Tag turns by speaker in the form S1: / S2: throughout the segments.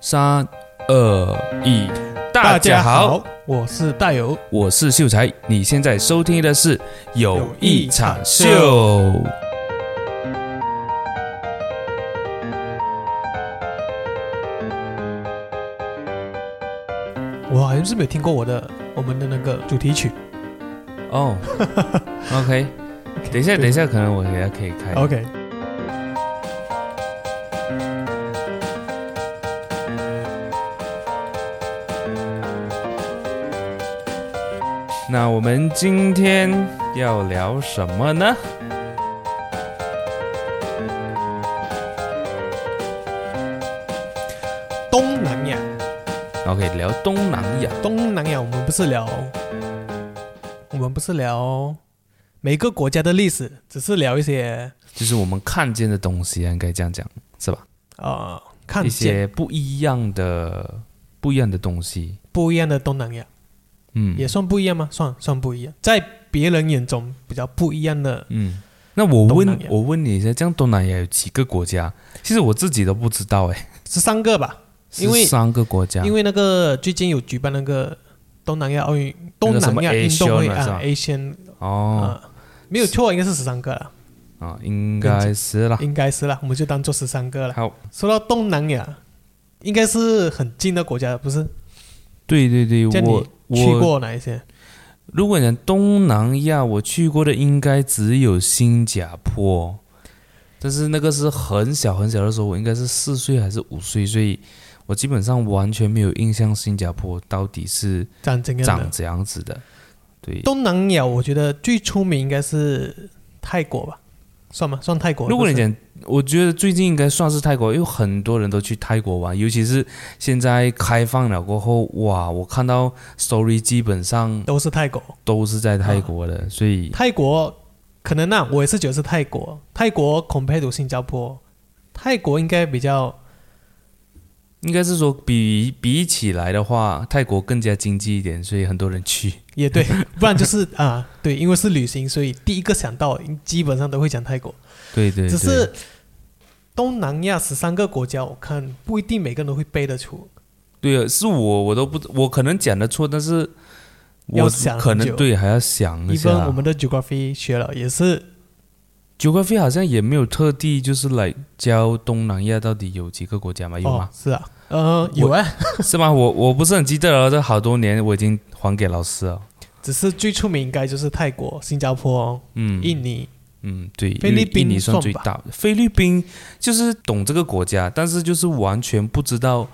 S1: 三二一，大家好，，
S2: 我是大友。
S1: 我是秀才，你现在收听的是有一场秀
S2: 有。我好像是没有听过我的我们的那个主题曲。
S1: 哦，OK，等一下，等一下，可能我等一下可以开。
S2: OK，
S1: 那我们今天要聊什么呢？
S2: 东南亚，
S1: OK，聊东南亚。
S2: 东南亚，我们不是聊，我们不是聊每个国家的历史，只是聊一些
S1: 就是我们看见的东西啊，应该这样讲，是吧？
S2: 呃看
S1: 一
S2: 见
S1: 些不一样的、不一样的东西，
S2: 不一样的东南亚，
S1: 嗯，
S2: 也算不一样吗？算算不一样，在别人眼中比较不一样的。
S1: 嗯。那我问
S2: 东南，亚
S1: 我问你一下，这样东南亚有几个国家？其实我自己都不知道哎，
S2: 十三个吧，因为
S1: 三个国家，
S2: 因为那个最近有举办那个东南亚奥运，
S1: 那
S2: 东
S1: 个什
S2: 南
S1: 么
S2: 亚运动会
S1: Asian 啊是
S2: 啊
S1: 吧
S2: ，Asian
S1: 哦
S2: 啊，没有错，应该是十三个了，
S1: 啊，应该是啦。
S2: 应该是啦，我们就当做十三个了。
S1: 好，
S2: 说到东南亚，应该是很近的国家，不是？
S1: 对对对，
S2: 这样
S1: 我
S2: 你去
S1: 我
S2: 过哪一些？
S1: 如果讲东南亚，我去过的应该只有新加坡，但是那个是很小很小的时候，我应该是四岁还是五岁，所以我基本上完全没有印象新加坡到底是
S2: 长怎样
S1: 长
S2: 的？
S1: 怎样子的。对，
S2: 东南亚，我觉得最出名应该是泰国吧，算吗？算泰国。
S1: 如果你
S2: 不是
S1: 讲，我觉得最近应该算是泰国，因为很多人都去泰国玩，尤其是现在开放了过后，哇，我看到 story 基本上
S2: 都是泰国，
S1: 都是在泰国
S2: 啊
S1: 的，所以
S2: 泰国可能啊那我也是觉得是泰国，泰国 compared to 新加坡，泰国应该比较
S1: 应该是说比比起来的话，泰国更加经济一点，所以很多人去。
S2: 也 对，不然就是啊，对，因为是旅行，所以第一个想到基本上都会讲泰国。
S1: 对对对，
S2: 只是东南亚十三个国家，我看不一定每个人都会背得出。
S1: 对啊，是我我都不我可能讲的错，但是
S2: 要
S1: 我
S2: 想很
S1: 可能
S2: 久
S1: 对还要想一
S2: 一
S1: 下。
S2: 般我们的 geography 学了也是
S1: geography 好像也没有特地就是来教东南亚到底有几个国家嘛，有
S2: 哦
S1: 吗，？
S2: 是啊，呃，有啊，
S1: 是吗？我我不是很记得了，这好多年我已经还给老师了。
S2: 只是最出名应该就是泰国、新加坡、
S1: 嗯，
S2: 印尼，
S1: 嗯，对，
S2: 菲
S1: 因为
S2: 律宾
S1: 印尼算
S2: 算
S1: 最
S2: 吧
S1: 大的。菲律宾就是懂这个国家，但是就是完全不知道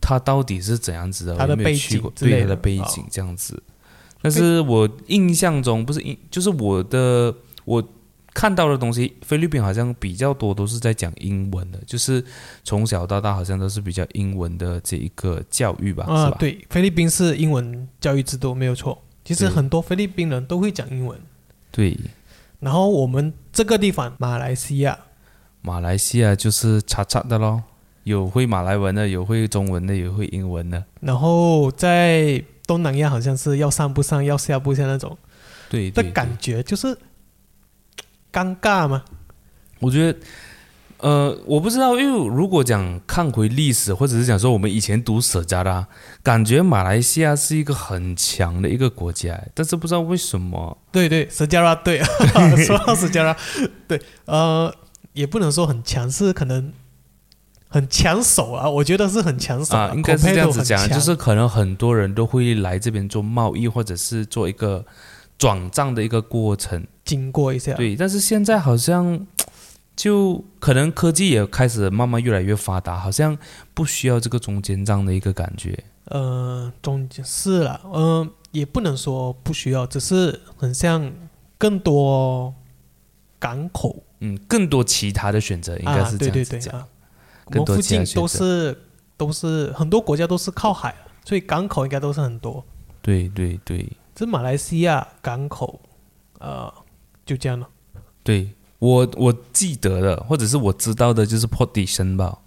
S1: 它到底是怎样子的，
S2: 它的
S1: 我没有
S2: 背
S1: 去
S2: 景
S1: 过
S2: 之
S1: 对
S2: 类
S1: 它的
S2: 的
S1: 背
S2: 哦
S1: 景这样子。但是我印象中不是印，就是我的我看到的东西，菲律宾好像比较多都是在讲英文的，就是从小到大好像都是比较英文的这一个教育吧，
S2: 啊
S1: 是，吧？
S2: 对，菲律宾是英文教育制度没有错。其实
S1: 对
S2: 很多菲律宾人都会讲英文。
S1: 对，
S2: 然后我们这个地方，马来西亚，
S1: 马来西亚就是叉叉的咯，有会马来文的，有会中文的，有会英文的。
S2: 然后在东南亚好像是要上不上，要下不下那种
S1: 对
S2: 的
S1: 对对
S2: 感觉，就是尴尬嘛。
S1: 我觉得，呃，我不知道，因为如果讲看回历史，或者是讲说我们以前读舍加拉，感觉马来西亚是一个很强的一个国家，但是不知道为什么，
S2: 对对，史加拉 对，说到史加拉，对，呃，也不能说很强势，可能很抢手啊，我觉得是很抢手
S1: 啊、应该是
S2: compared
S1: 这样
S2: to
S1: 子
S2: 很
S1: 讲，
S2: 强
S1: 就是可能很多人都会来这边做贸易，或者是做一个转账的一个过程，
S2: 经过一下，
S1: 对。但是现在好像就可能科技也开始慢慢越来越发达，好像不需要这个中间账的一个感觉。
S2: 呃，中间是啦，嗯、也不能说不需要，只是很像更多港口
S1: 嗯，更多其他的选择应该是这
S2: 啊、对
S1: 样
S2: 对
S1: 子
S2: 对
S1: 讲。
S2: 啊，我
S1: 更
S2: 们
S1: 多
S2: 附
S1: 其他
S2: 近
S1: 选
S2: 都
S1: 择
S2: 是都是很多国家都是靠海，所以港口应该都是很多。
S1: 对对对
S2: 这马来西亚港口，呃，就这样了。
S1: 对，我我记得的，或者是我知道的，就是 p o d i s o n 吧。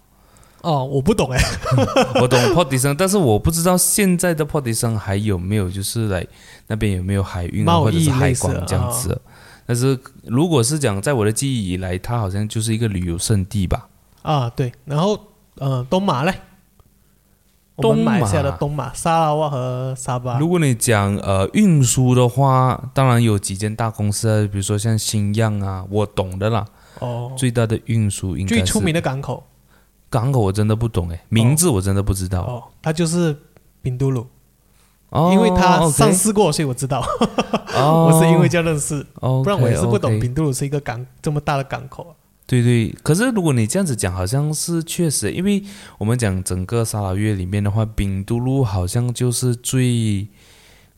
S2: 哦，我不懂哎，
S1: 我 懂 p o d i s o n 但是我不知道现在的 p o d i s o n 还有没有，就是来那边有没有海运、啊、
S2: 贸
S1: 或
S2: 易
S1: 者是海
S2: 类似
S1: 关
S2: 的啊
S1: 这样子的。但是如果是讲在我的记忆以来，它好像就是一个旅游胜地吧。
S2: 啊，对，然后呃，东马嘞，我们马来西亚的
S1: 东
S2: 东马、沙拉哇和沙巴
S1: 如。果你讲呃运输的话，当然有几间大公司啊，比如说像新样啊，我懂的啦。
S2: 哦，
S1: 最大的运输应该
S2: 最
S1: 是
S2: 出名的港口
S1: 港口，我真的不懂哎，名字我真的不知道。
S2: 哦，它就是冰都鲁，
S1: 哦，
S2: 因为它
S1: OK
S2: 上市过，所以我知道，
S1: 哦，
S2: 我是因为这样认识，
S1: o
S2: 不然我也是不懂
S1: k
S2: 冰都鲁是一个港这么大的港口。啊
S1: 对对，可是如果你这样子讲，好像是确实，因为我们讲整个沙拉越里面的话，丙都路好像就是最，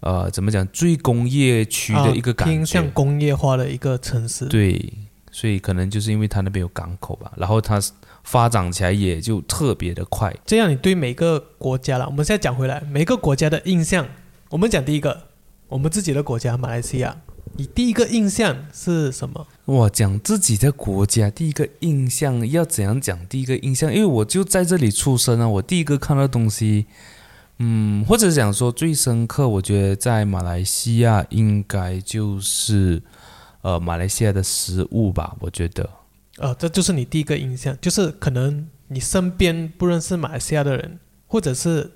S1: 呃，怎么讲，最工业区
S2: 啊
S1: 的一个感
S2: 偏
S1: 觉。
S2: 向工业化的一个城市。
S1: 对，所以可能就是因为它那边有港口吧，然后它发展起来也就特别的快。
S2: 这样你对每个国家啦，我们现在讲回来，每个国家的印象，我们讲第一个，我们自己的国家马来西亚，你第一个印象是什么？
S1: 哇，讲自己的国家，第一个印象要怎样讲？第一个印象，因为我就在这里出生啊，我第一个看到的东西，嗯，或者讲说最深刻，我觉得在马来西亚应该就是，呃，马来西亚的食物吧，我觉得。
S2: 呃，这就是你第一个印象，就是可能你身边不认识马来西亚的人，或者是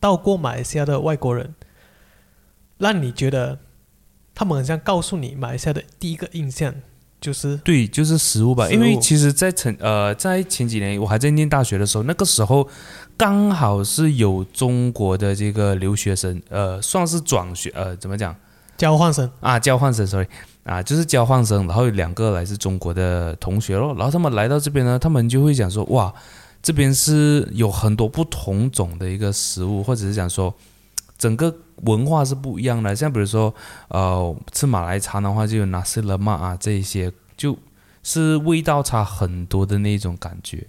S2: 到过马来西亚的外国人，让你觉得他们很像告诉你马来西亚的第一个印象就是
S1: 对，就是食物吧，
S2: 食物
S1: 因为其实在前呃，在前几年我还在念大学的时候，那个时候刚好是有中国的这个留学生，呃，算是转学，呃，怎么讲
S2: 交换生
S1: 啊？交换生，sorry，啊，就是交换生，然后有两个来自中国的同学咯，然后他们来到这边呢，他们就会讲说，哇，这边是有很多不同种的一个食物，或者是讲说整个文化是不一样的，像比如说呃，吃马来餐的话，就有拿西勒玛啊这一些，就是味道差很多的那种感觉。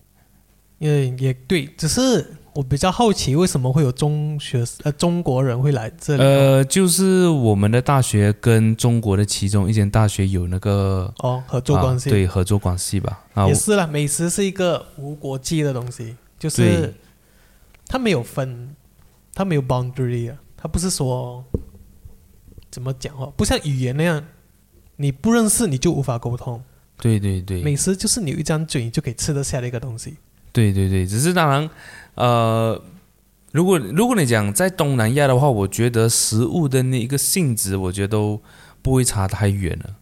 S2: 也也对，只是我比较好奇，为什么会有中学呃中国人会来这里？
S1: 呃，就是我们的大学跟中国的其中一间大学有那个
S2: 哦，合作关系、
S1: 啊对合作关系吧？啊，
S2: 也是啦。美食是一个无国界的东西，就
S1: 对
S2: 是它没有分，它没有 boundary 啊，它不是说怎么讲哦，不像语言那样，你不认识你就无法沟通。
S1: 对对对，
S2: 美食就是你有一张嘴你就可以吃得下的一个东西。
S1: 对对对，只是当然，呃，如果如果你讲在东南亚的话，我觉得食物的那一个性质，我觉得都不会差太远了。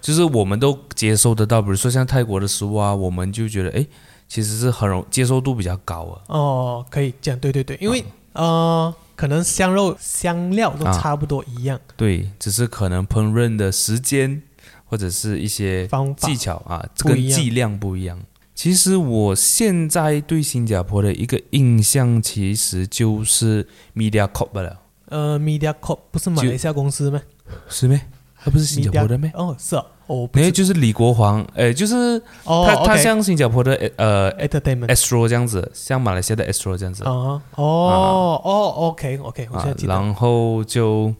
S1: 就是我们都接受得到，比如说像泰国的食物啊，我们就觉得哎，诶其实是很容接受度比较高啊。
S2: 哦，可以这样，对对对，因为、呃，可能香肉香料都
S1: 啊
S2: 差不多一样，
S1: 对，只是可能烹饪的时间或者是一些
S2: 方法
S1: 技巧啊，
S2: 不
S1: 跟
S2: 一样
S1: 剂量不一样。其实我现在对新加坡的一个印象，其实就是 Media Corp 了。
S2: 呃，Media Corp 不是马来西亚公司吗？
S1: 是咩？他不是新加坡的咩
S2: Media-？哦，是哦，哦我不
S1: 没有，
S2: 是
S1: 就是李国煌，哎，就是
S2: 哦，
S1: 他、他
S2: OK 嗯
S1: 像新加坡的呃
S2: Entertainment
S1: Astro 这样子，像马来西亚的 Astro 这样子啊
S2: 啊，哦哦，OK OK，我现在记得
S1: 然后就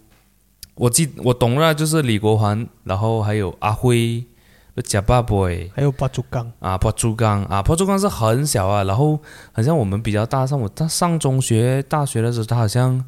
S1: 我记我懂了，就是李国煌，然后还有阿辉、贾巴 boy
S2: 还有八竹缸
S1: 啊、破竹冈啊，破竹冈是很小啊，然后好像我们比较大，像我上上中学、大学的时候，他好像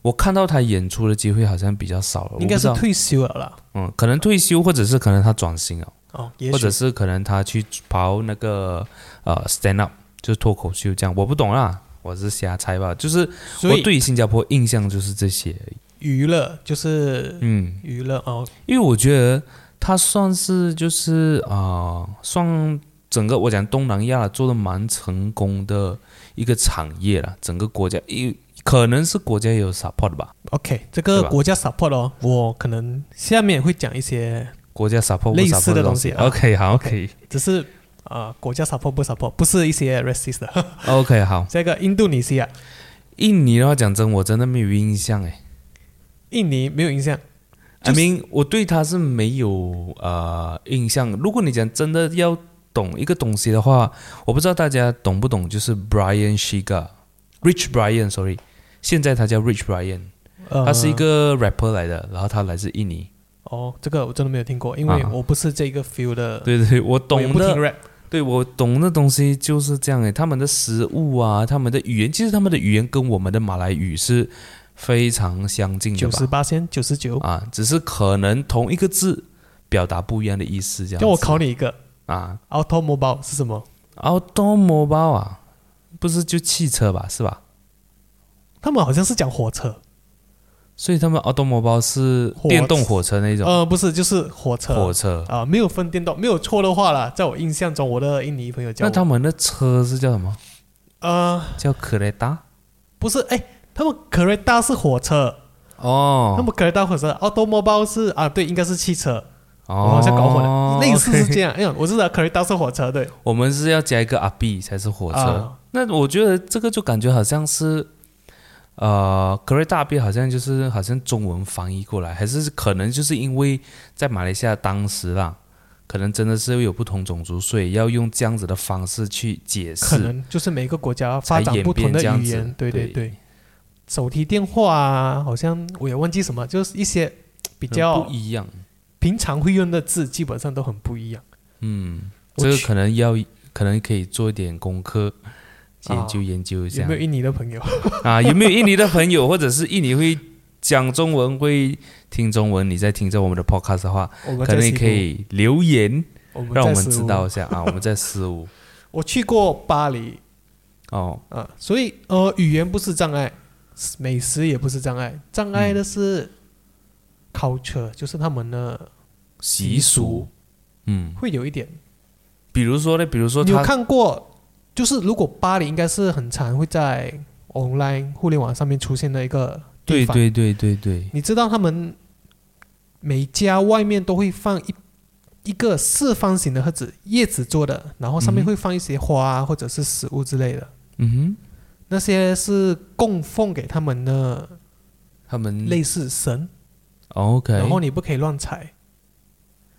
S1: 我看到他演出的机会好像比较少了，
S2: 应该是
S1: 我不知道
S2: 退休了啦，
S1: 嗯，可能退休或者是可能他转型了。啊
S2: 哦，也
S1: 或者
S2: 许
S1: 是可能他去跑那个呃 stand up，就是脱口秀这样，我不懂啦，我是瞎猜吧。就是
S2: 所
S1: 我
S2: 以
S1: 对于新加坡印象就是这些而已，
S2: 娱乐就是
S1: 嗯，
S2: 娱乐哦，
S1: 因为我觉得他算是就是啊、呃算整个我讲东南亚做的蛮成功的一个产业了，整个国家一可能是国家也有 support 吧，
S2: OK，这
S1: 对
S2: 个
S1: 吧
S2: 国家 support 哦，我可能下面会讲一些，
S1: 国家 support 不
S2: 类
S1: support
S2: 似的
S1: 东
S2: 东西啊
S1: OK，好，OK，OK，、
S2: 只是啊，国家 support 不 support，不是一些 racist 的。
S1: OK，好。
S2: 这个印度尼西亚、
S1: 印尼的话，讲真，我真的没有印象哎。
S2: 印尼没有影响，
S1: I
S2: 就是
S1: mean，我对他是没有呃印象。如果你讲真的要懂一个东西的话，我不知道大家懂不懂，就是 Brian Shiga，Rich Brian，sorry，现在他叫 Rich Brian，
S2: 呃
S1: 他是一个 rapper 来的，然后他来自印尼。
S2: 哦，这个我真的没有听过，因为
S1: 啊
S2: 我不是这个 feel 的，
S1: 对对，我
S2: 呃我也
S1: 懂
S2: 不听
S1: 的，
S2: rap。
S1: 对我懂的东西就是这样诶。欸他们的食物啊，他们的语言，其实他们的语言跟我们的马来语是非常相近的
S2: 九十
S1: 吧？
S2: 八先九十九。
S1: 啊，只是可能同一个字表达不一样的意思，这样子。
S2: 就我考你一个
S1: 啊。
S2: ，automobile 是什么？
S1: automobile 啊，不是就汽车吧，是吧？
S2: 他们好像是讲火车，
S1: 所以他们 automobile 是
S2: 火
S1: 电动火车那种
S2: 呃，不是，就是火车，
S1: 火车。
S2: 啊、没有分电动，没有错的话啦，在我印象中，我的印尼朋友叫
S1: 那
S2: 我
S1: 他们的车是叫什么？
S2: 呃，
S1: 叫可雷达
S2: 不是，哎，他们 c r e t a 是火车，他
S1: 哦，
S2: 们 c r e t a 火车，automobile 是啊，对，应该是汽车，我
S1: 哦，
S2: 好像搞混了，类似
S1: OK
S2: 是这样，哎呀，我知道 c r e t a 是火车，对，
S1: 我们是要加一个阿 B 才是火车。
S2: 啊
S1: 那我觉得这个就感觉好像是，呃，格瑞大 B 好像就是好像中文翻译过来，还是可能就是因为在马来西亚当时啦，可能真的是有不同种族，所以要用这样子的方式去解释，
S2: 可能就是每个国家发展
S1: 才演
S2: 不同
S1: 变
S2: 的
S1: 这样
S2: 语
S1: 子
S2: 言，对对
S1: 对
S2: 对，手提电话啊，好像我也忘记什么，就是一些
S1: 比
S2: 比较
S1: 不一样。
S2: 平常会用的字，基本上都很不一样。
S1: 嗯，
S2: 我
S1: 这个
S2: 去
S1: 可能要可能可以做一点功课。研究
S2: 啊
S1: 研究一下
S2: 有没有印尼的朋友？
S1: 啊，有没有印尼的朋友，或者是印尼会讲中文、会听中文，你在听着我们的 podcast 的话，
S2: 我们
S1: 可
S2: 在
S1: 能也
S2: 西
S1: 可
S2: 部，
S1: 以留言，
S2: 我们
S1: 让我
S2: 在
S1: 们
S2: 食
S1: 知
S2: 物
S1: 道一下啊。我们在十五
S2: 我去过巴黎
S1: 哦，
S2: 啊，所以呃，语言不是障碍，美食也不是障碍，障
S1: 嗯
S2: 碍的是 culture，、就是他们的
S1: 习俗，嗯，
S2: 会有一点。
S1: 比如说呢，比如说
S2: 你有
S1: 他
S2: 看过？就是如果巴黎应该是很常会在 online 互联网上面出现的一个地
S1: 对
S2: 方。
S1: 对对对对，
S2: 你知道他们每家外面都会放一一个四方形的盒子，叶子做的，然后上面
S1: 嗯哼
S2: 会放一些花啊或者是食物之类的，
S1: 嗯哼，
S2: 那些是供奉给他们的
S1: 他们
S2: 类似神，
S1: OK，
S2: 然后你不可以乱踩。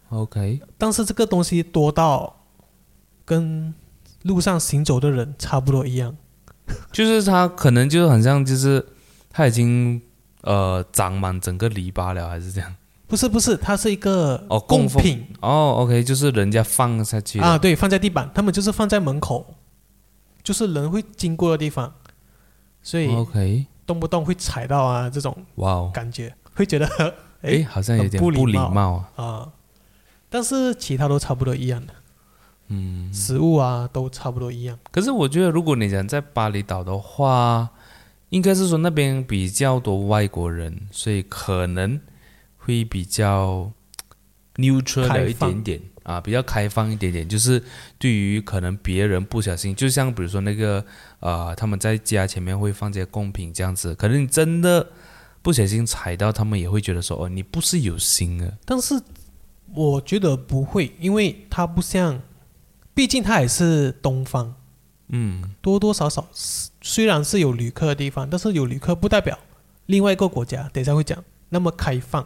S1: OK，
S2: 但是这个东西多到跟路上行走的人差不多一样，
S1: 就是他可能就是很像，就是他已经呃长满整个篱笆了，还是这样？
S2: 不是不是，它是一个
S1: 哦
S2: 贡
S1: 供奉
S2: 品
S1: 哦，OK，就是人家放下去的
S2: 啊，对，放在地板，他们就是放在门口，就是人会经过的地方，所以
S1: OK，
S2: 动不动会踩到啊这种
S1: 哇哦，
S2: 感觉，会觉得 哎
S1: 诶，好像有
S2: 很
S1: 点
S2: 不礼
S1: 不礼
S2: 貌
S1: 貌啊，
S2: 啊。但是其他都差不多一样的，
S1: 嗯。
S2: 食物啊都差不多一样。
S1: 可是我觉得，如果你想在巴厘岛的话，应该是说那边比较多外国人，所以可能会比较 neutral
S2: 开
S1: 了
S2: 放
S1: 一点点啊，比较开放一点点。就是对于可能别人不小心，就像比如说那个呃，他们在家前面会放些贡品这样子，可能你真的不小心踩到，他们也会觉得说哦，你不是有心啊的。
S2: 但是我觉得不会，因为它不像，毕竟它也是东方，
S1: 嗯，
S2: 多多少少是虽然是有旅客的地方，但是有旅客不代表另外一个国家，等一下会讲那么开放。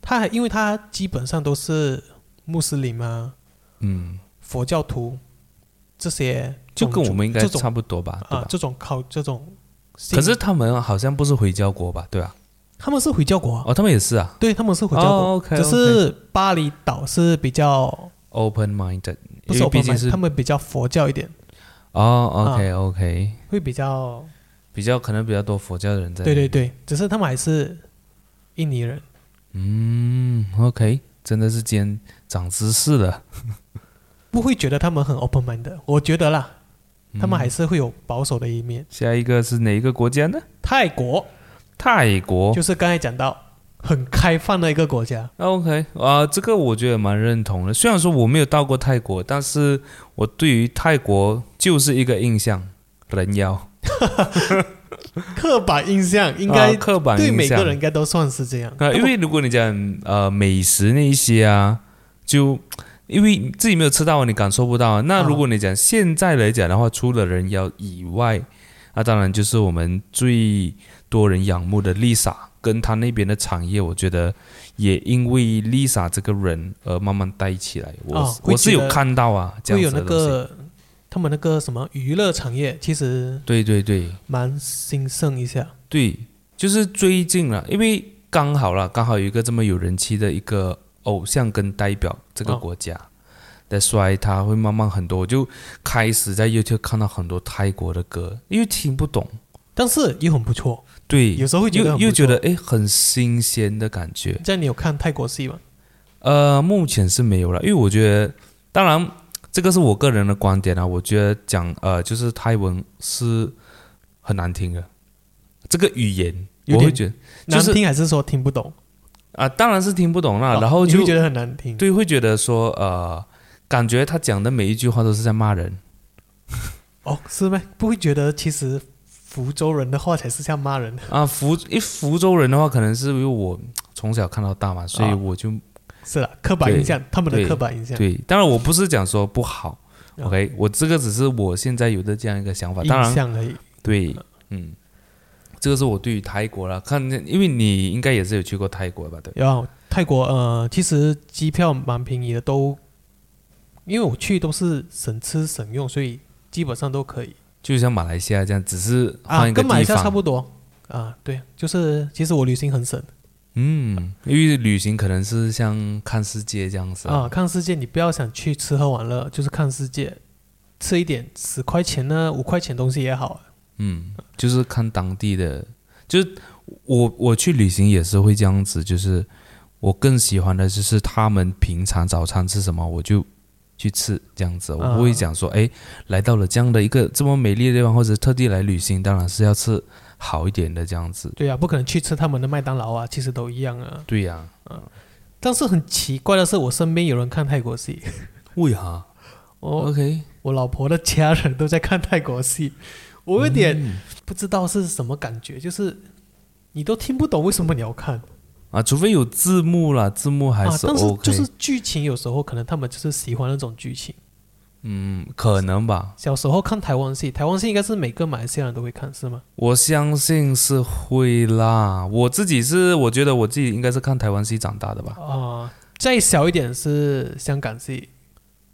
S2: 它还因为它基本上都是穆斯林啊、
S1: 嗯，
S2: 佛教徒这些
S1: 就
S2: 种族，
S1: 跟我们应该
S2: 这种
S1: 差不多吧，对
S2: 啊
S1: 吧？
S2: 这种靠这种信，
S1: 可是他们好像不是回教国吧，对吧、
S2: 他们是回教国啊，
S1: 哦，他们也是啊。
S2: 对，他们是回教国，
S1: 哦，OK，
S2: 只是巴厘岛是比较
S1: open minded，
S2: 不
S1: 因
S2: 是
S1: 为
S2: 我
S1: 毕竟是
S2: 他们啊比较佛教一点，
S1: 哦，OK OK，
S2: 会比较
S1: 比较可能比较多佛教的人在那
S2: 对
S1: 里。
S2: 对对，只是他们还是印尼人。
S1: 嗯，OK，真的是今天长知识了。
S2: 不会觉得他们很 open mind 的，我觉得啦，他们还
S1: 是
S2: 是会有保守的一面。
S1: 下一个是哪一个国家呢？
S2: 泰国
S1: 泰国
S2: 就。是刚才讲到很开放的一个国家，
S1: OK 啊、这个我觉得蛮认同的。虽然说我没有到过泰国，但是我对于泰国就是一个印象，人妖，
S2: 刻板印象应该
S1: 啊刻板印
S2: 对
S1: 象。
S2: 每个人应该都算是这样。
S1: 啊，因为如果你讲呃美食那一些啊，就因为自己没有吃到，你感受不到啊。那
S2: 啊
S1: 如果你讲现在来讲的话，除了人妖以外，那当然就是我们最多人仰慕的 Lisa，跟她那边的产业，我觉得也因为 Lisa 这个人而慢慢带起来。我、
S2: 哦会
S1: 我是
S2: 觉
S1: 有
S2: 得
S1: 看到啊，这
S2: 会
S1: 样
S2: 有
S1: 子
S2: 那
S1: 的东西。
S2: 个他们那个什么娱乐产业，其实
S1: 对对对，
S2: 蛮兴盛一下。
S1: 对，就是最近了，因为刚好了，刚好有一个这么有人气的一个偶像跟代表这个
S2: 哦
S1: 国家。在衰，他会慢慢很多，我就开始在 YouTube 看到很多泰国的歌，因为听不懂，
S2: 但是也很不错，
S1: 对，
S2: 有时候会觉得
S1: 又
S2: 很不
S1: 又觉
S2: 错
S1: 得哎很新鲜的感觉。
S2: 这样你有看泰国戏吗？
S1: 呃，目前是没有了，因为我觉得，当然这个是我个人的观点啊，我觉得讲呃就是泰文是很难听的，这个语言，
S2: 有
S1: 我
S2: 点
S1: 会觉得就
S2: 难
S1: 是
S2: 听还是说听不懂
S1: 啊、当然是听不懂啦，
S2: 哦
S1: 啊然后
S2: 你
S1: 就
S2: 会觉得很难听。
S1: 对会觉得说呃，感觉他讲的每一句话都是在骂人。
S2: 哦，是吗？不会觉得其实福州人的话才是像骂人 的，
S1: 啊，福一福州人的话，可能是因为我从小看到大嘛，所以
S2: 啊
S1: 我就、
S2: 是啦，刻板印象，他们的
S1: 对
S2: 刻板印象。
S1: 对。当然，我不是讲说不好、o
S2: 啊
S1: k 我这个只是我现在有的这样一个想啊法。当
S2: 印
S1: 然，
S2: 象而已。
S1: 对，嗯，这个是我对于泰国啦，看，因为你应该也是有去过泰国吧？对，
S2: 然后泰国呃，其实机票蛮便宜的，都因为我去都是省吃省用，所以基本上都可以
S1: 就像马来西亚这样，只是
S2: 啊
S1: 换，一个地
S2: 跟马
S1: 方。
S2: 来西亚差不多啊。对，就是其实我旅行很省
S1: 嗯，因为旅行可能是像看世界这样子
S2: 啊，看世界你不要想去吃喝玩乐，就是看世界，吃一点十块钱呢，五块钱东西也好。
S1: 嗯，就是看当地的，就是我我去旅行也是会这样子，就是我更喜欢的就是他们平常早餐吃什么，我就去吃这样
S2: 啊
S1: 子，我不会讲说，哎、来到了这样的一个这么美丽的地方，或者特地来旅行，当然是要吃好一点的这样子。
S2: 对呀、啊不可能去吃他们的麦当劳啊，其实都一样啊。
S1: 对呀、
S2: 但是很奇怪的是，我身边有人看泰国戏，
S1: 为哈
S2: 我
S1: ？OK，
S2: 我老婆的家人都在看泰国戏，我有点
S1: 嗯
S2: 不知道是什么感觉，就是你都听不懂为什么你要看
S1: 啊，除非有字幕啦，字幕还
S2: 啊。
S1: 是哦
S2: 但是
S1: OK，、
S2: 就是剧情有时候可能他们就是喜欢那种剧情。
S1: 嗯，可能吧，
S2: 小时候看台湾戏，台湾
S1: 嗯
S2: 戏应该是每个马来西亚人都会看是吗？
S1: 我相信是会啦。我自己是，我觉得我自己应该是看台湾戏长大的吧。
S2: 啊、再小一点是香港戏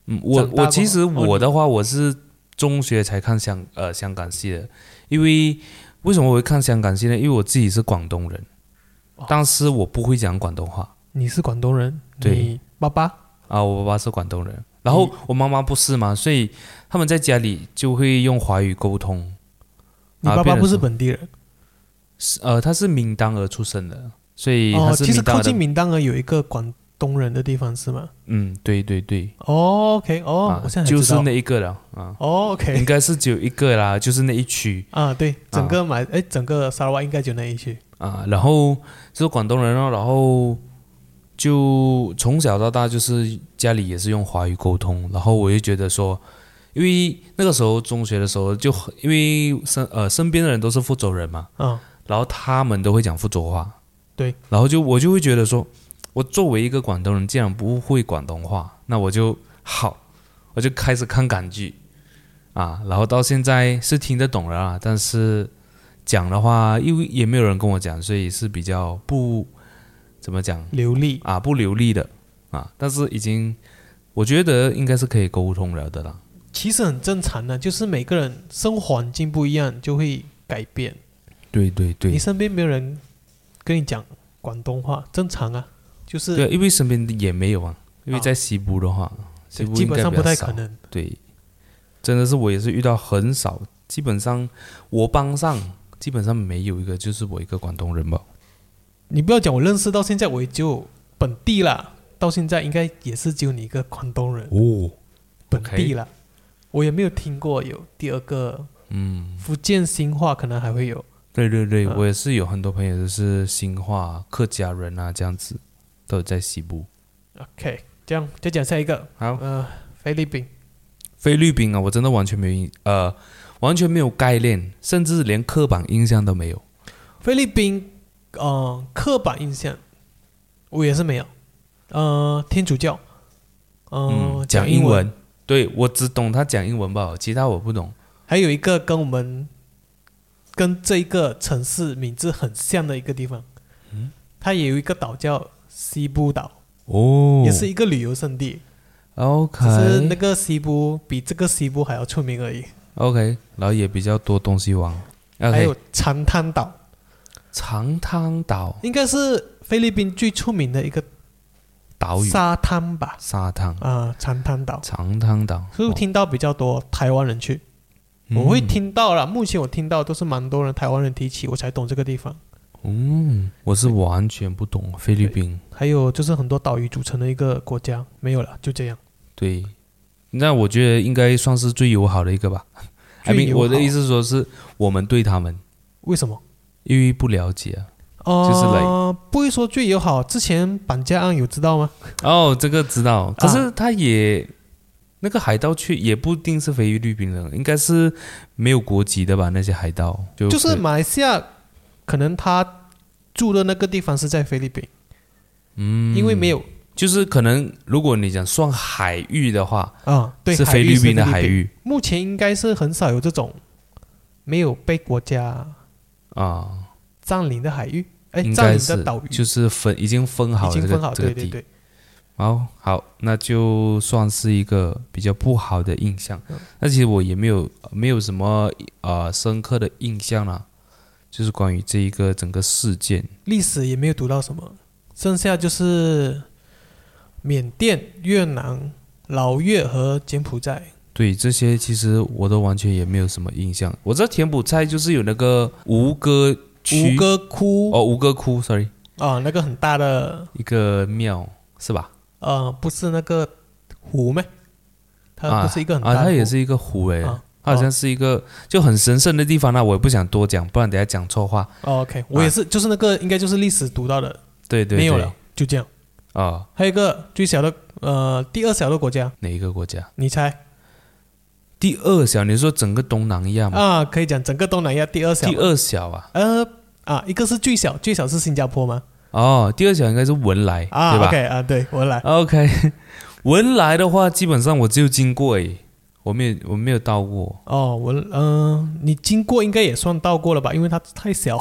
S1: 嗯，我
S2: 长大过
S1: 我
S2: 后
S1: 其实
S2: 哦
S1: 我的话，我是中学才看香呃香港戏的，因为为什么我会看香港戏呢？因为我自己是广东人，
S2: 哦
S1: 但是我不会讲广东话
S2: 你是广东人，
S1: 对
S2: 你爸爸
S1: 啊，我爸爸是广东人，然后
S2: 嗯
S1: 我妈妈不是嘛，所以他们在家里就会用华语沟通。
S2: 你
S1: 啊
S2: 爸爸
S1: 变成
S2: 不是
S1: 什么
S2: 本地人
S1: 是呃，他是闽当而出生的，所以
S2: 哦
S1: 他，是
S2: 其实
S1: 闽
S2: 靠
S1: 当的
S2: 近。闽当尔有一个广东人的地方是吗？
S1: 嗯，对对对，
S2: 哦，OK，哦，
S1: 啊
S2: 我现在才
S1: 就
S2: 知
S1: 是
S2: 道
S1: 那一个了啊。
S2: 哦
S1: 应
S2: ，OK，
S1: 该是只有一个啦，就是那一区
S2: 啊，对，整
S1: 啊
S2: 个马哎、整个沙拉瓦应该就那一区
S1: 啊。然后是广东人哦，然后就从小到大就是家里也是用华语沟通，然后我就觉得说，因为那个时候中学的时候就很因为身呃身边的人都是福州人嘛，
S2: 啊，
S1: 然后他们都会讲福州话，
S2: 对，
S1: 然后就我就会觉得说，我作为一个广东人，既然不会广东话，那我就好，我就开始看港剧啊，然后到现在是听得懂了啊，但是讲的话，因为也没有人跟我讲，所以是比较不怎么讲
S2: 流利
S1: 啊，不流利的啊，但是已经我觉得应该是可以沟通了的啦，
S2: 其实很正常的，就是每个人生活环境不一样就会改变。
S1: 对对对
S2: 你身边没有人跟你讲广东话，正常啊，就是
S1: 对，因为身边也没有啊，因为
S2: 啊
S1: 在西部的话，西部
S2: 基
S1: 应
S2: 本
S1: 该
S2: 上
S1: 比
S2: 不
S1: 较
S2: 太
S1: 少
S2: 可能。
S1: 对，真的是我也是遇到很少，基本上我帮上基本上没有一个就是我一个广东人吧。
S2: 你不要讲我认识到现在，我也就本地啦，到现在应该也是只有你一个广东人，
S1: 哦，
S2: 本地啦，我也没有听过有第二个
S1: 嗯，
S2: 福建新话，可能还会有。
S1: 对对对，
S2: 啊
S1: 我也是有很多朋友就是新化客家人啊这样子，都有在西部。
S2: OK，这样再讲下一个，
S1: 好，
S2: 呃，菲律宾
S1: 菲律宾啊，我真的完全没有印呃完全没有概念，甚至连刻板印象都没有。
S2: 菲律宾，呃，刻板印象，我也是没有。呃，天主教，呃，
S1: 讲
S2: 英
S1: 英文，嗯对我只懂他讲英文吧，其他我不懂。
S2: 还有一个跟我们跟这一个城市名字很像的一个地方，
S1: 嗯
S2: 它也有一个岛叫西部岛，
S1: 哦
S2: 也是一个旅游胜地，
S1: OK，
S2: 只是那个西部比这个西部还要出名而已。
S1: OK，然后也比较多东西玩。OK，
S2: 还有长滩岛，
S1: 长滩岛
S2: 应该是菲律宾最出名的一个
S1: 岛屿
S2: 沙滩吧？
S1: 沙滩，
S2: 啊、长滩岛。
S1: 长滩岛，
S2: 所以我
S1: 哦嗯
S2: 听到比较多台湾人去，我会，听到了。目前我听到都是蛮多人台湾人提起，我才懂这个地方。
S1: 嗯，我是完全不懂菲律宾，
S2: 还有就是很多岛屿组成的一个国家，没有了，就这样。
S1: 对，那我觉得应该算是最友好的一个吧。I
S2: 最
S1: mean，
S2: 友好
S1: 我的意思是说是我们对他们，
S2: 为什么？
S1: 因为不了解 啊。
S2: 哦、
S1: 就是
S2: 不会说最友好。之前绑架案有知道吗？
S1: 哦，这个知
S2: 啊
S1: 道，可是他也、那个海盗去也不一定是菲律宾人，应该是没有国籍的吧？那些海盗就
S2: 就是马来西亚，可能他住的那个地方是在菲律宾，
S1: 嗯，
S2: 因为没有
S1: 就是可能如果你讲算海域的话，
S2: 啊，对，
S1: 是
S2: 海
S1: 菲
S2: 域
S1: 律
S2: 是
S1: 宾的
S2: 菲
S1: 海
S2: 律
S1: 域
S2: 宾。目前应该是很少有这种没有被国家
S1: 啊，
S2: 占领的海域，哎，
S1: 应
S2: 占
S1: 该
S2: 领的
S1: 是
S2: 岛屿
S1: 就是分已经分好了
S2: 已经
S1: 这
S2: 分
S1: 个
S2: 好，
S1: 这个
S2: 对对
S1: 地。
S2: 对，
S1: 哦，好，那就算是一个比较不好的印象。
S2: 嗯
S1: 那其实我也没有没有什么呃深刻的印象啦、就是关于这一个整个事件。
S2: 历史也没有读到什么，剩下就是缅甸、越南、老越和柬埔寨。
S1: 对这些，其实我都完全也没有什么印象。我知道柬埔寨就是有那个吴哥区，
S2: 吴哥窟
S1: 哦，吴哥窟，sorry，
S2: 啊、那个很大的，
S1: 一个庙是吧？
S2: 呃，不是那个湖咩？它
S1: 啊
S2: 不是一个很大
S1: 啊，
S2: 的湖、
S1: 它也是一个湖诶、
S2: 啊
S1: 它好像是一个就很神圣的地方那我也不想多讲，不然等下讲错话。
S2: 哦 OK，我也是，就是那个应该就是历史读到的，
S1: 对对对，
S2: 没有了，就这样。
S1: 啊、
S2: 还有一个最小的，呃，第二小的国家，
S1: 哪一个国家？
S2: 你猜
S1: 第二小，你说整个东南亚吗？
S2: 啊？可以讲整个东南亚第二小。
S1: 第二小啊，
S2: 呃啊，一个是最小，最小是新加坡吗？
S1: 哦，第二小应该是文莱，
S2: 啊
S1: 对吧
S2: ，OK 啊，对我来。
S1: OK 文莱的话，基本上我只有经过诶，我没有我没有到过。
S2: 哦，我嗯、呃你经过应该也算到过了吧？因为它太小。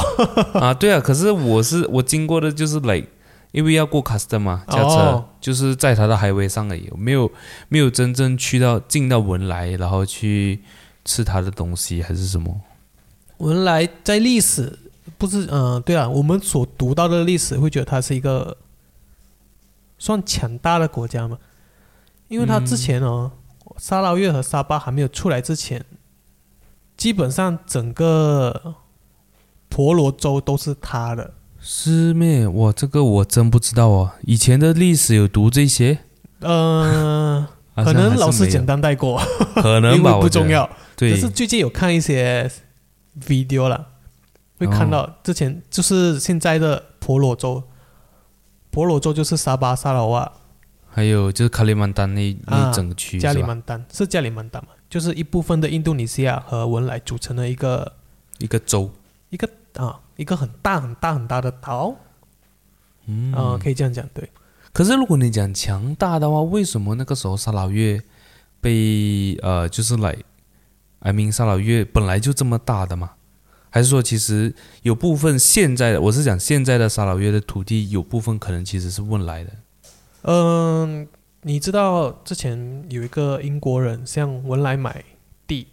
S1: 啊，对啊，可是我是我经过的就是 like，因为要过 custom 嘛，驾车、
S2: 哦
S1: 就是在它的海 i 上而已，没有没有真正去到进到文莱，然后去吃它的东西还是什么
S2: 文莱在历史不是嗯、呃对啊，我们所读到的历史会觉得它是一个算强大的国家嘛，因为它之前哦，
S1: 嗯
S2: 沙捞越和沙巴还没有出来之前，基本上整个婆罗洲都是它的。
S1: 师妹，哇，这个我真不知道哦，以前的历史有读这些，
S2: 嗯，
S1: 好像还
S2: 可能
S1: 是
S2: 老师
S1: 没有
S2: 简，单带过，
S1: 可能
S2: 因
S1: 吧，
S2: 为
S1: 我
S2: 不
S1: 觉
S2: 重
S1: 得，
S2: 要。
S1: 对，
S2: 可是最近有看一些 video 了，会看
S1: 哦
S2: 到之前就是现在的婆罗洲，婆罗洲就是沙巴、沙拉瓦、
S1: 还有就是卡里曼丹那、那
S2: 啊
S1: 整区
S2: 加里
S1: 是吧
S2: 曼丹，是加里曼丹嘛？就是一部分的印度尼西亚和文莱组成的一个
S1: 一个州，
S2: 一个啊一个很大很大很大的岛
S1: 嗯
S2: 啊、可以这样讲对。
S1: 可是如果你讲强大的话，为什么那个时候沙捞越被呃就是来，I mean 沙捞越本来就这么大的嘛？还是说其实有部分现在的，我是讲现在的沙捞越的土地有部分可能其实是问来的
S2: 嗯，你知道之前有一个英国人向文莱买地，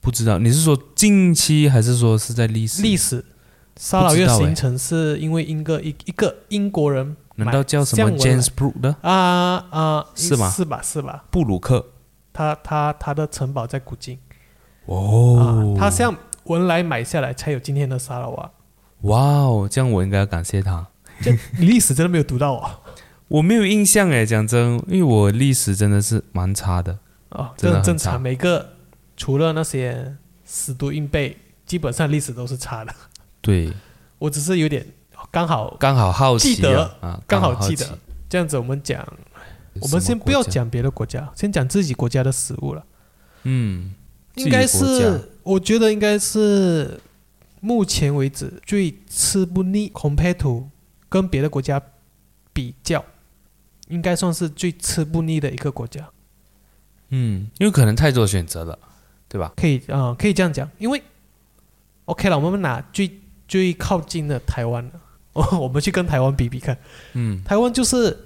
S1: 不知道你是说近期还是说是在历史？
S2: 历
S1: 史
S2: 史沙老越
S1: 不知道欸
S2: 形成是因为英个一一个英国人
S1: 难道叫什么
S2: 向文莱
S1: James Brook 的
S2: 啊啊
S1: 是吗
S2: 是吧是吧？
S1: 布鲁克？
S2: 他他他的城堡在古晋、
S1: 哦
S2: 啊，，他向文莱买下来才有今天的沙拉啊瓦。
S1: 哇哦，这样我应该要感谢他。
S2: 这你 历史真的没有读到啊、
S1: 我没有印象哎，讲真，因为我历史真的是蛮差的。
S2: 哦？哦，这
S1: 真的
S2: 很
S1: 很
S2: 正
S1: 差
S2: 常，每个除了那些死读硬背，基本上历史都是差的。
S1: 对，
S2: 我只是有点哦刚好
S1: 刚好好奇、啊，
S2: 记得
S1: 啊，
S2: 刚好
S1: 好
S2: 记得这样子，我们讲，我们先不
S1: 什么
S2: 要，
S1: 国家
S2: 讲别的国家，先讲自己国家的食物了。
S1: 嗯，自
S2: 应
S1: 己的
S2: 该
S1: 国家
S2: 是，我觉得应该是目前为止最吃不腻，compare to 跟别的国家比较，应该算是最吃不腻的一个国家，
S1: 嗯，因为可能太多选择了，对吧？
S2: 可以啊、呃可以这样讲，因为 OK 了，我们拿最最靠近的台湾， 我我们去跟台湾比比看，
S1: 嗯，
S2: 台湾就是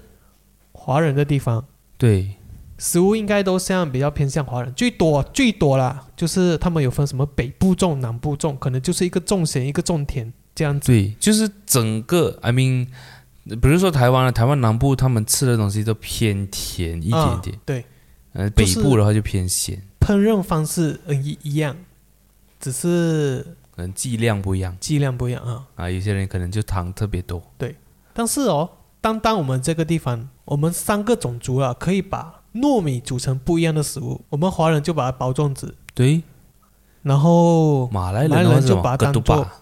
S2: 华人的地方，
S1: 对，
S2: 食物应该都像比较偏向华人，最多啊最多啦，就是他们有分什么北部种、南部种，可能就是一个种咸，一个种甜这样子。
S1: 对，就是整个，I mean，比如说台湾啊了，台湾南部他们吃的东西都偏甜一
S2: 一
S1: 点点，
S2: 对，
S1: 呃，
S2: 啊就
S1: 北
S2: 是
S1: 部的话就偏咸，
S2: 烹饪方式嗯一一样，只是
S1: 可能剂量不一样
S2: 剂量不一样啊。
S1: 啊。有些人可能就糖特别多，
S2: 但是哦，单单我们这个地方，我们三个种族啊，可以把糯米煮成不一样的食物。我们华人就把它包粽子，
S1: 对，
S2: 然后
S1: 马来人
S2: 马来
S1: 的话
S2: 人
S1: 是
S2: 就
S1: 什么
S2: 把它
S1: 格
S2: 当
S1: 杜
S2: 作
S1: 巴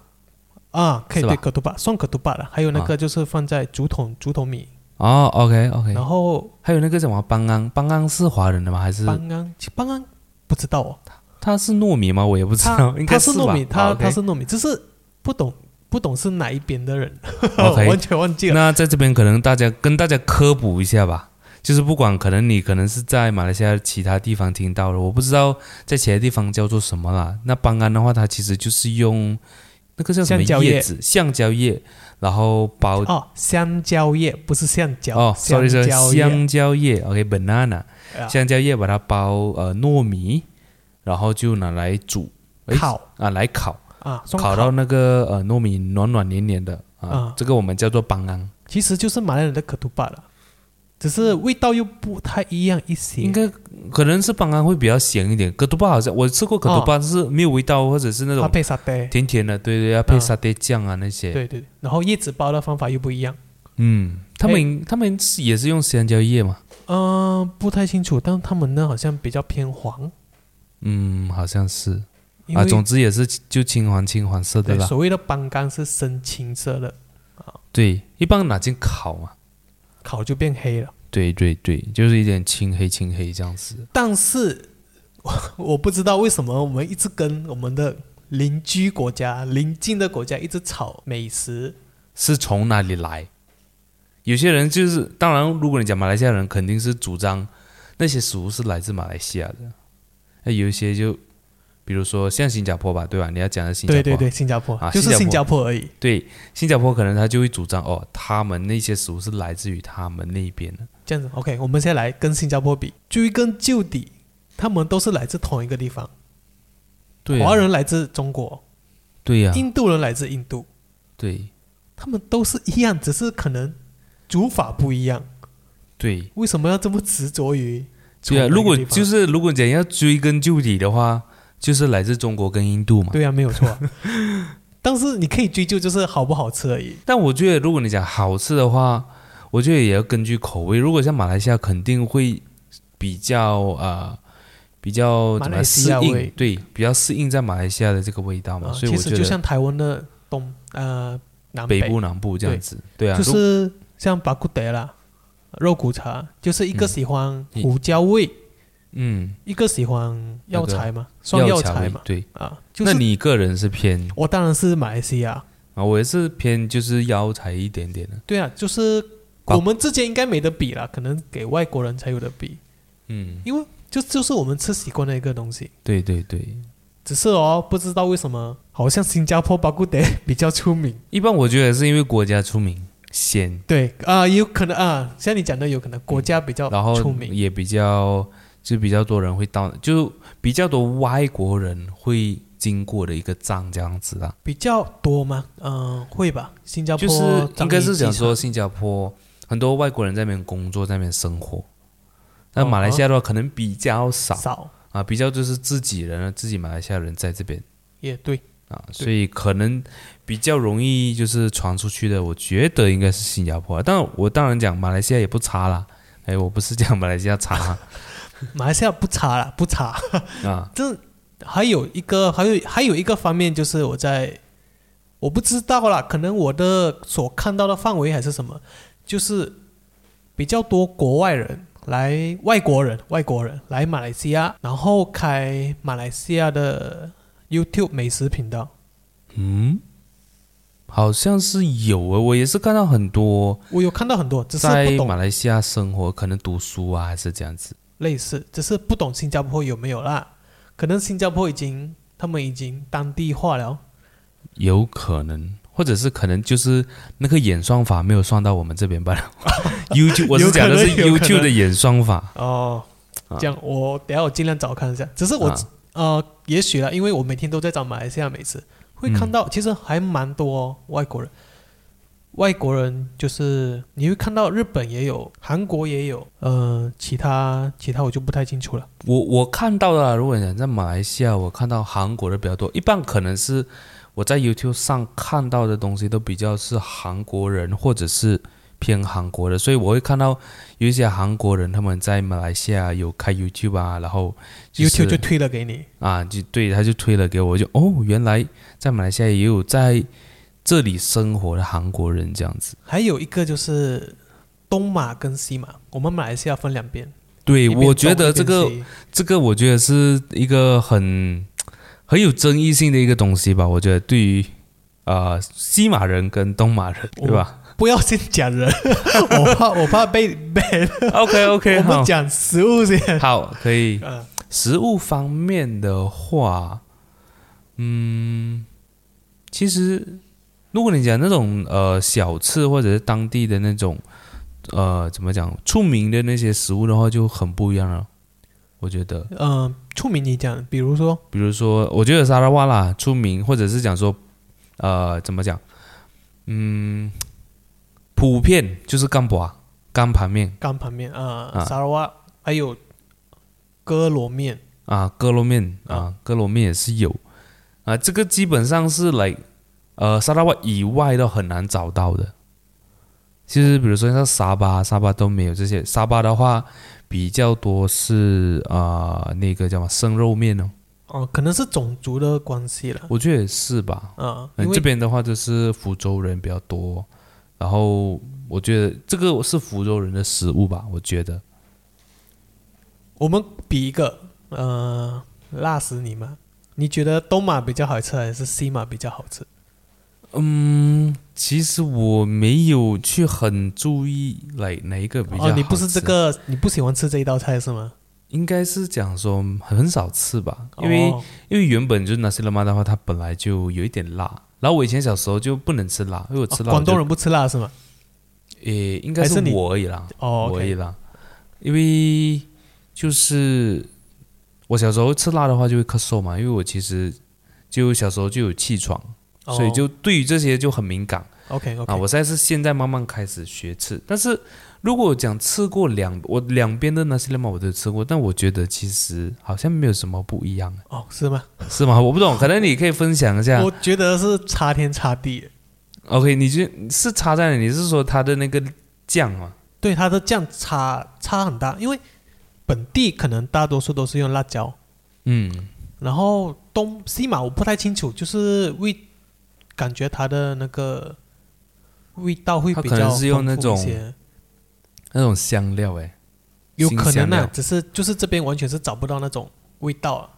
S2: 啊，可以
S1: 是吧啊
S2: 对可杜巴算可杜巴了，还有那个就是放在竹筒竹筒米，
S1: 哦，OK OK，
S2: 然后
S1: 还有那个什么邦安，邦安是华人的吗？还是
S2: 邦安其实邦安不知道哦，
S1: 他是糯米吗？我也不 知
S2: 它
S1: 道， 应
S2: 它
S1: 该
S2: 是
S1: 吧
S2: 糯米，它
S1: 哦，OK
S2: 它是糯米，只是不懂不懂是哪一边的人，
S1: OK
S2: 完全忘记了。
S1: 那在这边可能大家跟大家科普一下吧，就是不管可能你可能是在马来西亚其他地方听到了，我不知道在其他地方叫做什么啦。那邦安的话，它其实就是用那个叫什么
S2: 橡胶叶
S1: 叶子，橡胶叶，然后包
S2: 哦，香蕉叶不是橡胶
S1: 哦
S2: 香
S1: ，sorry sorry，
S2: 蕉叶
S1: 香蕉叶，OK，banana，、
S2: 啊
S1: 香蕉叶把它包呃糯米，然后就拿来煮，诶
S2: 烤
S1: 啊来烤，
S2: 啊，双
S1: 烤到那个呃糯米软软黏黏的啊，
S2: 啊
S1: 这个我们叫做邦安。
S2: 其实就是马来人的可杜巴了，只是味道又不太一样一些。
S1: 应该可能是邦安会比较咸一点，可杜巴好像我吃过可杜巴，但是没有味道，或者是那
S2: 它
S1: 种
S2: 啊配沙爹，
S1: 甜甜的，对对，要配
S2: 啊
S1: 沙爹酱啊那些。
S2: 对对。然后叶子包的方法又不一样，
S1: 嗯，他们他们是也是用香蕉叶嘛？
S2: 嗯、不太清楚，但他们呢好像比较偏黄，
S1: 嗯，好像是
S2: 因为、
S1: 啊，总之也是就金黄金黄色的
S2: 对
S1: 啦。
S2: 所谓的斑干是深青色的，
S1: 对，一般拿进烤嘛。
S2: 烤就变黑了。
S1: 对对对，就是一点青黑青黑这样子。
S2: 但是我不知道为什么我们一直跟我们的邻居国家、邻近的国家一直炒美食，
S1: 是从哪里来？有些人就是，当然，如果你讲马来西亚人，肯定是主张那些食物是来自马来西亚的。那有一些就，比如说像新加坡吧，对吧？你要讲的新加坡，
S2: 对对对，新加坡、
S1: 啊
S2: 就是新加坡而已。
S1: 对新加坡可能他就会主张哦，他们那些食物是来自于他们那边的。
S2: 这样子，OK，我们先来跟新加坡比，追根究底，他们都是来自同一个地方，
S1: 对、啊
S2: 华，人来自中国，
S1: 对呀、
S2: 印度人来自印度，
S1: 对
S2: 他们都是一样，只是可能煮法不一样。
S1: 对
S2: 为什么要这么执着于从
S1: 对
S2: 那
S1: 啊！
S2: 个
S1: 如
S2: 地方？
S1: 果就是如果讲要追根究底的话，就是来自中国跟印度嘛。
S2: 对啊，没有错啊。 但是你可以追究，就是好不好吃而已。
S1: 但我觉得，如果你讲好吃的话，我觉得也要根据口味。如果像马来西亚，肯定会比较呃比较怎
S2: 马
S1: 么
S2: 来
S1: 样
S2: 西
S1: 适
S2: 亚味
S1: 应，对，比较适应在马来西亚的这个味道嘛。
S2: 啊，
S1: 所以
S2: 其
S1: 我
S2: 实
S1: 觉
S2: 就
S1: 得
S2: 像台湾的东呃南
S1: 北部南部这样
S2: 对
S1: 子，对啊，
S2: 就
S1: 如
S2: 是像巴古德啦、肉骨茶，就是一个
S1: 嗯
S2: 喜欢
S1: 一
S2: 胡椒味，
S1: 嗯，
S2: 一个喜欢药材嘛，双
S1: 药
S2: 材
S1: 味
S2: 嘛，
S1: 对。
S2: 啊，就
S1: 那
S2: 是
S1: 你个人是偏
S2: 我当然是马来西亚，
S1: 啊，我也是偏就是药材一点点的，
S2: 对啊，就是
S1: 哇
S2: 我们之间应该没得比啦，可能给外国人才有的比，
S1: 嗯，
S2: 因为就就是我们吃习惯的一个东西，
S1: 对对对。
S2: 只是哦，不知道为什么，好像新加坡巴古德比较出名，
S1: 一般我觉得是因为国家出名鲜，
S2: 对啊，有可能啊，像你讲的，有可能国家比较
S1: 然后
S2: 哦出名，
S1: 也比较就比较多人会到，就比较多外国人会经过的一个站这样子啦。啊
S2: 比较多吗？嗯，会吧，新加
S1: 就
S2: 坡
S1: 是
S2: 樟
S1: 应该
S2: 宜
S1: 是
S2: 机
S1: 想说
S2: 场
S1: 新加坡很多外国人在那边工作，在那边生活。那
S2: 哦
S1: 马来西亚的话可能比较少
S2: 少
S1: 啊，比较就是自己人啊，自己马来西亚人在这边
S2: 也对，
S1: 啊，所以可能比较容易就是传出去的，我觉得应该是新加坡啊。但我当然讲马来西亚也不差啦，哎，我不是讲马来西亚差啊
S2: 马来西亚不差啦，不差。
S1: 啊，
S2: 这还有一个，还有还有一个方面就是我在，我不知道啦，可能我的所看到的范围还是什么，就是比较多国外人来，外国人，外国人来马来西亚，然后开马来西亚的 YouTube 美食频道，
S1: 嗯，好像是有啊，我也是看到很多
S2: 我有看到很多，只是
S1: 在
S2: 不
S1: 马
S2: 懂
S1: 来西亚生活，可能读书啊还是这样子。
S2: 类似，只是不懂新加坡有没有啦，可能新加坡已经他们已经当地化了，
S1: 有可能，或者是可能就是那个演算法没有算到我们这边吧。YouTube，我是讲的是
S2: 有可能有可能
S1: YouTube 的演算法。
S2: 哦，这样我等一下我尽量找看一下。只是我、
S1: 啊
S2: 呃，也许啦，因为我每天都在找马来西亚美食，会看
S1: 嗯
S2: 到、其实还蛮多、哦外国人。外国人就是你会看到日本也有，韩国也有，呃，其他其他我就不太清楚了。
S1: 我我看到的啊，如果讲在马来西亚，我看到韩国的比较多，一般可能是我在 YouTube 上看到的东西都比较是韩国人或者是偏韩国的，所以我会看到有一些韩国人他们在马来西亚有开 YouTube 啊，然后、就是
S2: YouTube 就推了给你，
S1: 啊，就对，他就推了给我，我就哦，原来在马来西亚也有在这里生活的韩国人这样子。
S2: 还有一个就是东马跟西马，我们马来西亚分两边。
S1: 对，
S2: 一边
S1: 我觉得这
S2: 东
S1: 个
S2: 一边西
S1: 这个我觉得是一个很很有争议性的一个东西吧。我觉得对于呃西马人跟东马人，对吧
S2: 不要先讲人， 我怕我怕被被
S1: ？OK OK，
S2: 哦 我
S1: 好
S2: 们，讲食物先。
S1: 好，可以。
S2: 嗯，
S1: 食物方面的话，嗯，其实如果你讲那种呃小吃或者是当地的那种呃怎么讲出名的那些食物的话，就很不一样了。我觉得，
S2: 嗯，出名你讲，比如说
S1: 比如说，我觉得沙拉瓦啦出名，或者是讲说，呃，怎么讲，嗯，普遍就是干巴干盘面
S2: 干盘面啊
S1: 啊，
S2: 沙拉瓦，还有哥罗面，
S1: 啊，哥罗面啊，哥罗面也是有啊，这个基本上是来呃沙拉瓦以外都很难找到的。其实，比如说像沙巴，沙巴都没有这些。沙巴的话，比较多是啊、呃那个叫什么生肉面哦，
S2: 哦，可能是种族的关系了。
S1: 我觉得也是吧。
S2: 啊，因
S1: 嗯，
S2: 为
S1: 这边的话就是福州人比较多，然后我觉得这个是福州人的食物吧，我觉得
S2: 我们比一个，呃，辣死你吗？你觉得东马比较好吃还是西马比较好吃？嗯
S1: 其实我没有去很注意哪哪一个比较、
S2: 哦，你不是这，个，你不喜欢吃这一道菜是吗？
S1: 应该是讲说很少吃吧，因为、
S2: 哦
S1: 因为原本就是那些辣妈的话，它本来就有一点辣。然后我以前小时候就不能吃辣，因为我吃
S2: 哦
S1: 辣、
S2: 广东，人不吃辣是吗？
S1: 诶，应该
S2: 还
S1: 是
S2: 是你
S1: 我而已啦，
S2: 哦
S1: 我
S2: ，OK，
S1: 也啦，因为就是我小时候吃辣的话就会咳嗽嘛，因为我其实就小时候就有气喘，
S2: 哦
S1: 所以就对于这些就很敏感
S2: OK
S1: 啊。
S2: OK，
S1: 我现在是现在慢慢开始学吃，但是如果讲吃过两我两边的那些嘛我都吃过，但我觉得其实好像没有什么不一样，
S2: 哦，是吗？
S1: 是吗？我不懂，可能你可以分享一下
S2: 我。觉得是差天差地。
S1: OK，你就是差在哪里？你是说它的那个酱吗？
S2: 对它的酱差差很大，因为本地可能大多数都是用辣椒，
S1: 嗯，
S2: 然后东西马我不太清楚，就是味感觉它的那个味道会
S1: 它
S2: 比
S1: 可能
S2: 较
S1: 是用
S2: 丰富
S1: 那种
S2: 一些
S1: 那种香料哎，
S2: 有
S1: 新
S2: 可
S1: 香
S2: 能
S1: 料
S2: 啊，只是就是这边完全是找不到那种味道、啊。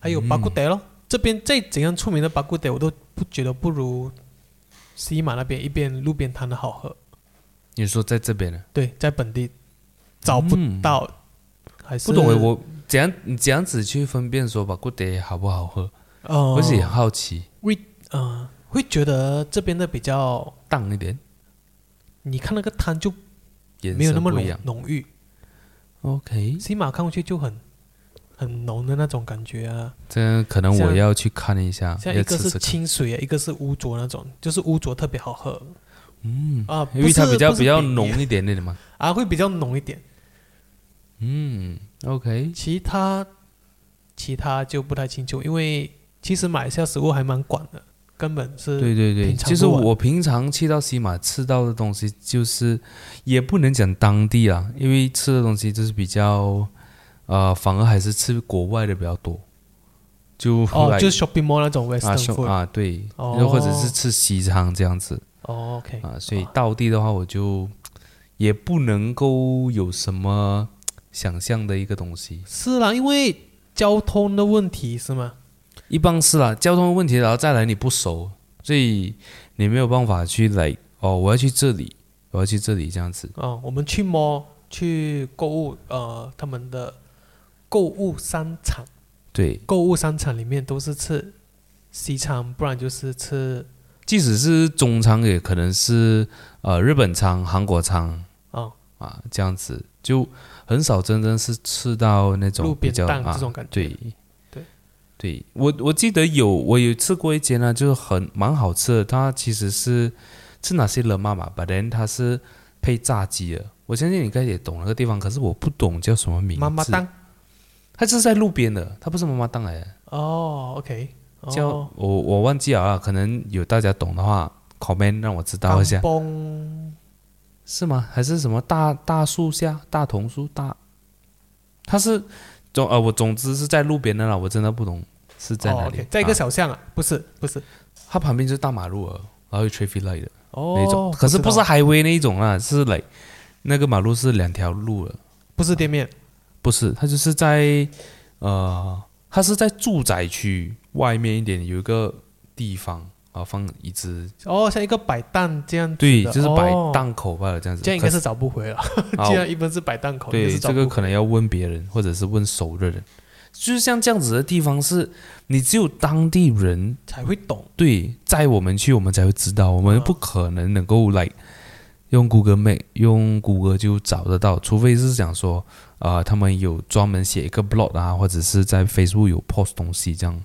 S2: 还有
S1: 嗯
S2: 巴古德咯，这边再怎样出名的巴古德，我都不觉得不如西马那边一边路边摊的好喝。
S1: 你说在这边呢？
S2: 对，在本地找不
S1: 嗯
S2: 到，还是
S1: 不懂诶，我怎样你怎样子去分辨说把固得好不好喝？
S2: 呃，
S1: 我自己很好奇，
S2: 呃，会觉得这边的比较，
S1: 淡一点，
S2: 你看那个汤就
S1: 颜
S2: 没有
S1: 色
S2: 那么
S1: 不一
S2: 浓
S1: 样。嗯
S2: 浓郁，
S1: OK，
S2: 西马看过去就很很浓的那种感觉啊。
S1: 这可能我
S2: 像
S1: 要去看一下，
S2: 像
S1: 要
S2: 一个
S1: 吃吃
S2: 是
S1: 看。
S2: 清水啊，一个是乌浊那种，就是乌浊特别好喝
S1: 嗯，
S2: 啊，
S1: 因为它
S2: 不是
S1: 比较
S2: 不是
S1: 比较
S2: 比
S1: 浓一点点的嘛。
S2: 啊，会比较浓一点。
S1: 嗯，OK，
S2: 其他其他就不太清楚，因为其实马来西亚食物还蛮广的，根本是哦
S1: 对对对，
S2: 品尝
S1: 其实
S2: 过啊
S1: 我平常去到西马吃到的东西，就是也不能讲当地啊，因为吃的东西就是比较，呃，反而还是吃国外的比较多，就
S2: 哦，
S1: 来
S2: 就是 shopping mall 那种
S1: 啊
S2: western
S1: 胸
S2: food、
S1: 啊，对，
S2: 哦
S1: 又或者是吃西餐这样子
S2: 哦，OK，
S1: 啊，所以到地的话，我就也不能够有什么想象的一个东西。
S2: 是啦，因为交通的问题是吗？
S1: 一般是啦，交通问题，然后再来你不熟，所以你没有办法去来哦，我要去这里，我要去这里这样子。
S2: 啊、我们去 mall 去购物，呃，他们的购物商场，
S1: 对，
S2: 购物商场里面都是吃西餐，不然就是吃
S1: 即使是中餐，也可能是呃日本餐、韩国餐
S2: 啊、
S1: 啊这样子，就很少真正是吃到那种
S2: 路
S1: 比
S2: 边
S1: 较
S2: 档
S1: 啊
S2: 这种感觉。
S1: 对，
S2: 对，
S1: 对我我记得有我有吃过一间呢、就是很蛮好吃的，它其实是是哪些人妈妈，but then 它是配炸鸡的。我相信你应该也懂那个地方，可是我不懂叫什么名字。
S2: 妈妈档
S1: 它是在路边的，它不是妈妈档哎，
S2: 哦，OK，哦
S1: 叫、我我忘记了啊，可能有大家懂的话，comment 让我知道一下。
S2: 甘崩
S1: 是吗？还是什么大大树下、大桐树、大？它是总呃，我总之是在路边的啦，我真的不懂是在哪
S2: 哦
S1: 里。
S2: ，OK，在一个
S1: 啊
S2: 小巷啊，不是不是
S1: 它旁边就是大马路了，啊然后有 traffic light 的
S2: 哦
S1: 那种，可是不
S2: 知
S1: 是
S2: 道
S1: highway 那一种啊，是 like 那个马路是两条路了，
S2: 不是店面
S1: 不是，它就是在呃，它是在住宅区外面一点有一个地方啊，放椅子，
S2: 哦，像一个摆档这样子的，
S1: 对，就是摆
S2: 哦
S1: 档口吧，这样子。
S2: 这样应该
S1: 可
S2: 是找不回了。
S1: 啊
S2: 既然一般是摆档口，应该
S1: 对，
S2: 是找
S1: 这
S2: 不
S1: 个
S2: 回
S1: 可能要问别人，或者是问熟的人。就是像这样子的地方是，你只有当地人
S2: 才会懂。
S1: 对载我们去，我们才会知道，我们
S2: 嗯
S1: 不可能能够来、用谷歌 Map 用谷歌就找得到，除非是讲说，啊、他们有专门写一个 blog 啊，或者是在 Facebook 有 post 东西，这样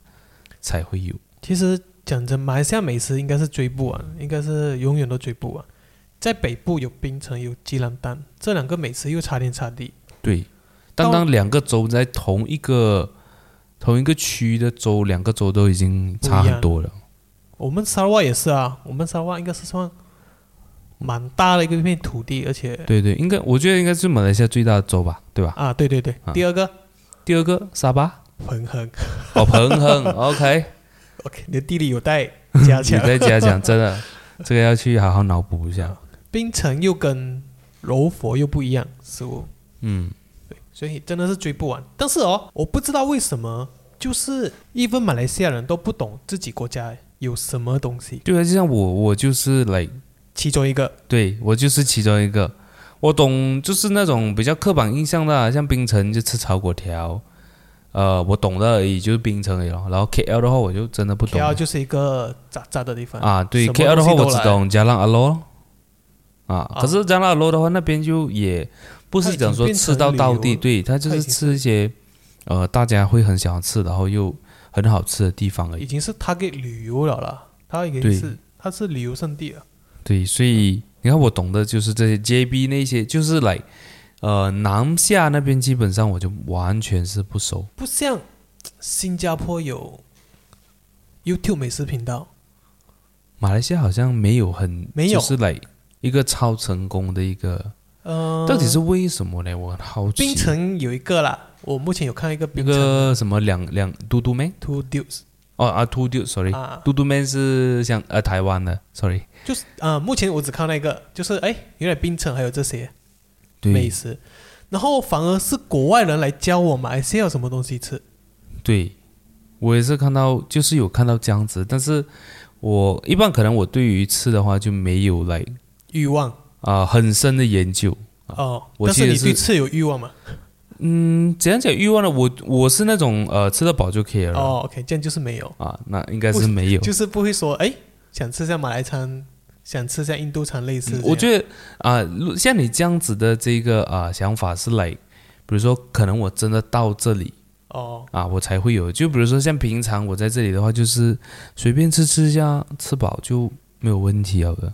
S1: 才会有。
S2: 其实讲真，马来西亚美食应该是追不完，应该是永远都追不完。在北部有槟城，有鸡兰丹，这两个美食又差天差地。
S1: 对，当
S2: 到
S1: 当两个州在同一个同一个区的州，两个州都已经差
S2: 不一
S1: 很
S2: 样
S1: 多了。
S2: 我们沙拉瓦也是啊，我们沙拉瓦应该是算蛮大的一个片土地，而且
S1: 对对，应该我觉得应该是马来西亚最大的州吧，对吧？
S2: 啊，对对对，
S1: 啊
S2: 第二个
S1: 第二个沙巴，
S2: 彭亨
S1: 哦，彭亨，OK，
S2: ，OK，你的地理有 待加
S1: 你
S2: 强。
S1: 在家讲真的，这个要去好好脑补一下。
S2: 槟城又跟柔佛又不一样，食物。
S1: 嗯，
S2: 所以真的是追不完。但是哦，我不知道为什么，就是一分马来西亚人都不懂自己国家有什么东西。
S1: 对啊，就像我，我就是来，
S2: 其中一个
S1: 对我就是其中一个。我懂，就是那种比较刻板印象的啊，像槟城就吃炒粿条，呃，我懂的而已，就是槟城而已咯。然后 KL 的话，我就真的不懂
S2: KL 就是一个渣渣的地方
S1: 啊。对
S2: 什么
S1: ，KL 的话，
S2: 东西
S1: 我
S2: 都
S1: 只
S2: 来
S1: 懂加浪阿罗啊。
S2: 啊
S1: 可是加浪阿罗的话，那边就也不是讲说吃到到地，
S2: 它
S1: 对，它就
S2: 它已
S1: 是
S2: 经
S1: 吃一些呃大家会很想吃，然后又很好吃的地方而
S2: 已
S1: 已。
S2: 经是 target 旅游了啦，它已经
S1: 对
S2: 是它是旅游胜地了。
S1: 对，所以你看我懂的就是这些 JB 那些，就是来呃南下那边基本上我就完全是不熟。
S2: 不像新加坡有 YouTube 美食频道，
S1: 马来西亚好像没有很
S2: 没有
S1: 就是来一个超成功的一个，
S2: 呃，
S1: 到底是为什么呢？我很好奇。
S2: 槟城有一个啦，我目前有看到一个
S1: 那
S2: 槟城
S1: 个什么两两嘟嘟妹
S2: Two Dudes
S1: 哦啊嘟嘟，sorry，
S2: 啊，
S1: 嘟嘟妹是像呃台湾的，sorry，
S2: 就是啊、目前我只看到一个，就是哎，原来槟城还有这些，美
S1: 对
S2: 食，然后反而是国外人来教我马来西亚有什么东西吃。
S1: 对，我也是看到就是有看到这样子，但是我一般可能我对于吃的话就没有来
S2: 欲望
S1: 啊、很深的研究。
S2: 哦，
S1: 啊我
S2: 但
S1: 记
S2: 是
S1: 得
S2: 你对
S1: 是
S2: 吃有欲望嘛？
S1: 嗯，怎样讲欲望呢？我我是那种呃吃得饱就可以了、
S2: 哦，OK，这样就是没有，
S1: 啊，那应该是没有。
S2: 就是不会说哎，想吃下马来餐，想吃下印度餐类似这样。
S1: 嗯我
S2: 得
S1: 觉得啊、如像你这样子的这个啊、想法是来，比如说可能我真的到这里
S2: 哦，
S1: 啊，我才会有。就比如说像平常我在这里的话，就是随便吃吃一下，吃饱就没有问题了的，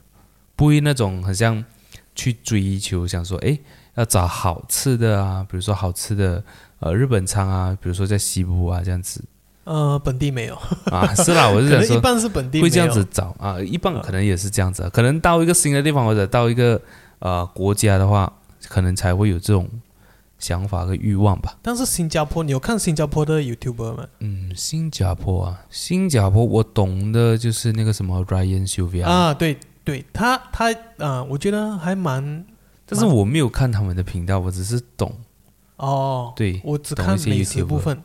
S1: 不会那种很像去追求，想说诶要找好吃的啊，比如说好吃的呃日本餐啊，比如说在西部啊这样子
S2: 呃，本地没有，
S1: 啊，是啦，我
S2: 可
S1: 是想
S2: 能一
S1: 说
S2: 半是本地没有嗯
S1: 会这样子。找啊，一般可能也是这样子、啊，可能到一个新的地方或者到一个呃国家的话，可能才会有这种想法和欲望吧。
S2: 但是新加坡，你有看新加坡的 YouTuber 吗？
S1: 嗯，新加坡啊，新加坡我懂的就是那个什么 Ryan Sylvia，、
S2: 啊，对对，他他啊，我觉得还蛮
S1: 但是我没有看他们的频道，我只是懂。
S2: 哦，
S1: 对
S2: 我只
S1: 懂
S2: 看
S1: 一些
S2: 美食
S1: YouTuber
S2: 部分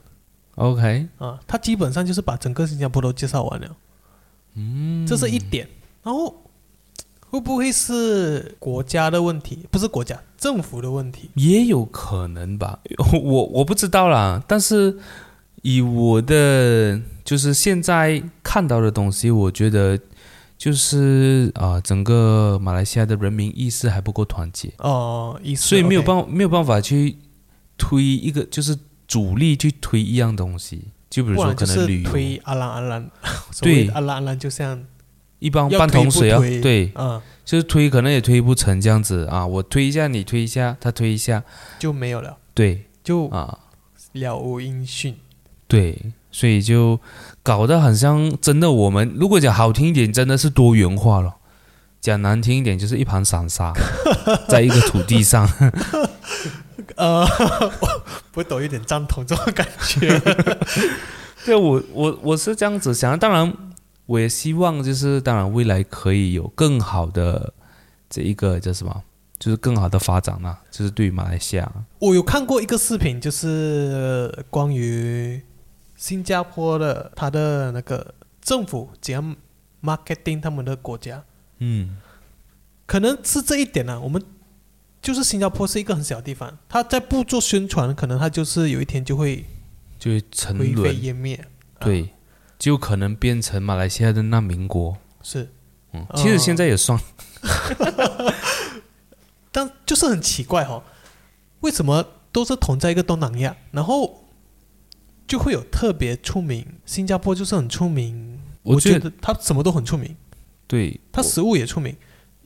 S1: ，OK，
S2: 啊，他基本上就是把整个新加坡都介绍完了。
S1: 嗯，
S2: 这是一点。然后会不会是国家的问题？不是国家，政府的问题。
S1: 也有可能吧， 我我不知道啦。但是以我的就是现在看到的东西，我觉得就是啊、整个马来西亚的人民意识还不够团结，
S2: 哦、意思
S1: 所以没有
S2: OK
S1: 办没有办法去推一个就是主力去推一样东西，就比如
S2: 不
S1: 说
S2: 然
S1: 可
S2: 就
S1: 能
S2: 是
S1: 旅游。
S2: 推阿兰阿兰，所谓
S1: 对
S2: 阿兰阿兰就像
S1: 一帮
S2: 要
S1: 半
S2: 推
S1: 桶
S2: 不
S1: 水啊，
S2: 推
S1: 对，
S2: 嗯
S1: 就是推可能也推不成这样子啊，我推一下你推一下，他推一下，
S2: 就没有了，
S1: 对
S2: 就
S1: 啊，
S2: 了无音讯。
S1: 对，所以就搞得很像真的我们如果讲好听一点，真的是多元化了，讲难听一点，就是一盘散 沙，在一个土地上。
S2: 呃， 我不懂，有点赞同这种感觉。
S1: 对我，我我是这样子想，当然我也希望就是，当然未来可以有更好的这一个叫什么，就是更好的发展啦、就是对于马来西亚，
S2: 我有看过一个视频，就是呃关于新加坡的它的那个政府怎样 marketing 他们的国家，
S1: 嗯
S2: 可能是这一点啊呢、我们就是新加坡是一个很小的地方，它在不做宣传，可能它就是有一天就会
S1: 就会沉
S2: 灰飞
S1: 沦，
S2: 烟灭。啊
S1: 对，就可能变成马来西亚的难民国。
S2: 是，
S1: 嗯，其实现在也算，
S2: 但就是很奇怪哦，为什么都是同在一个东南亚，然后就会有特别出名？新加坡就是很出名，我
S1: 我觉得
S2: 得它什么都很出名，
S1: 对，
S2: 它
S1: 我
S2: 食物也出名，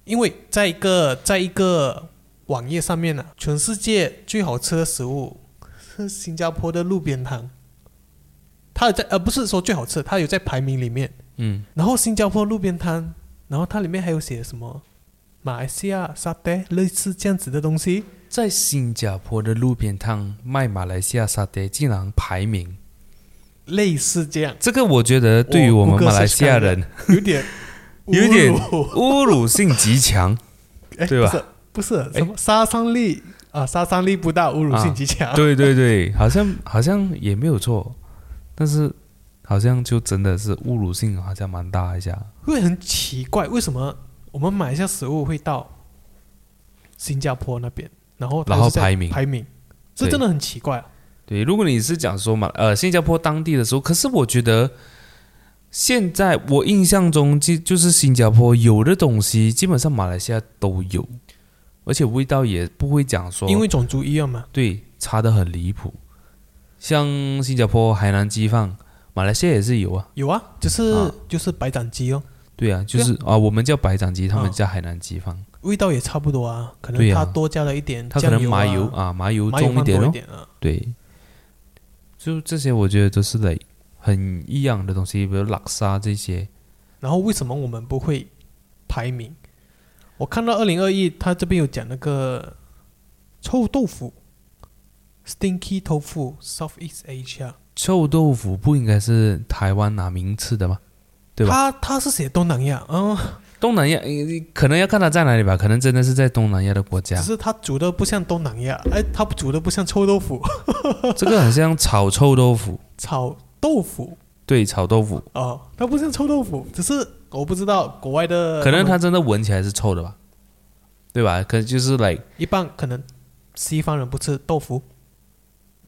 S2: 因为在一个在一个网页上面呢、啊全世界最好吃的食物是新加坡的路边摊，它有在呃不是说最好吃，它有在排名里面。
S1: 嗯，
S2: 然后新加坡路边摊，然后它里面还有写什么马来西亚沙爹，类似这样子的东西。
S1: 在新加坡的路边摊卖马来西亚沙爹，竟然排名，
S2: 类似这样，哦
S1: 这个我觉得对于我们
S2: Google
S1: 马来西亚人
S2: 有点
S1: 有点
S2: 侮
S1: 侮
S2: 辱
S1: 辱性极 强。
S2: 哎
S1: 对吧？哎
S2: 不是不是什么杀伤力啊，杀伤力不大，侮辱性极强。
S1: 对对对，好像好像也没有错，但是好像就真的是侮辱性好像蛮大一下。
S2: 会很奇怪，为什么我们买一下食物会到新加坡那边，然后它
S1: 然后
S2: 是在
S1: 排名
S2: 排名，这
S1: 对
S2: 真的很奇怪啊。
S1: 对，如果你是讲说嘛，呃，新加坡当地的时候，可是我觉得现在我印象中就就是新加坡有的东西，基本上马来西亚都有，而且味道也不会讲说，
S2: 因为种族一样嘛，
S1: 对差的很离谱。像新加坡海南鸡饭，马来西亚也是有啊，
S2: 有啊，只是、
S1: 啊
S2: 就是白斩鸡哦，
S1: 对啊，就是啊我们叫白斩鸡，他们
S2: 啊
S1: 叫海南鸡饭，
S2: 味道也差不多啊，可能
S1: 对啊
S2: 它多加了一点
S1: 它
S2: 酱
S1: 可能麻油
S2: 油
S1: 啊麻油
S2: 麻油
S1: 重
S2: 放
S1: 一点
S2: 多
S1: 咯
S2: 一，点啊。
S1: 对，就这些我觉得都是得很异样的东西，比如拉沙这些，
S2: 然后为什么我们不会排名？我看到二零二一，他这边有讲那个臭豆腐，stinky tofu Southeast Asia，
S1: 臭豆腐不应该是台湾拿名次的吗？对吧？
S2: 他他是写东南亚，嗯，
S1: 东南亚呃可能要看它在哪里吧，可能真的是在东南亚的国
S2: 只
S1: 家。
S2: 是他煮的不像东南亚，哎，他煮的不像臭豆腐，
S1: 这个很像炒臭豆腐，
S2: 炒豆腐
S1: 对，炒豆腐，
S2: 哦，它不像臭豆腐，只是我不知道国外的
S1: 可能它
S2: 他
S1: 真的闻起来是臭的吧，对吧？可能就是来，
S2: 一般可能西方人不吃豆腐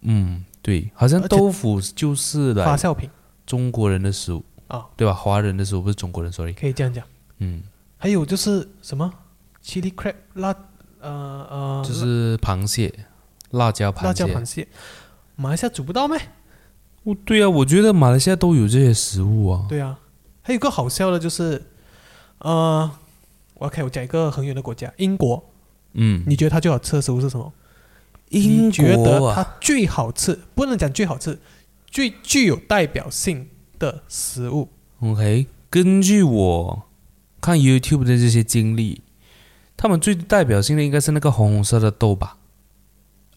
S1: 嗯，对，好像
S2: 而且
S1: 豆腐就是
S2: 发
S1: 来
S2: 酵品
S1: 中国人的食物，
S2: 啊，
S1: 对吧？华人的食物不是中国人，sorry，
S2: 可以这样讲。
S1: 嗯，
S2: 还有就是什么 chili crab 辣呃呃，
S1: 就是螃蟹，辣椒
S2: 辣
S1: 螃
S2: 椒
S1: 蟹，
S2: 螃蟹，马来西亚煮不到咩？
S1: 哦，对啊，我觉得马来西亚都有这些食物啊。
S2: 对啊，还有一个好笑的就是，呃，OK，我讲一个很远的国家，英国，
S1: 嗯，
S2: 你觉得它最好吃的食物是什么？
S1: 英
S2: 你觉
S1: 国
S2: 得
S1: 啊，
S2: 它最好吃，不能讲最好吃，最具有代表性的食物
S1: OK，根据我看 YouTube 的这些经历，他们最代表性的应该是那个红红色的豆吧？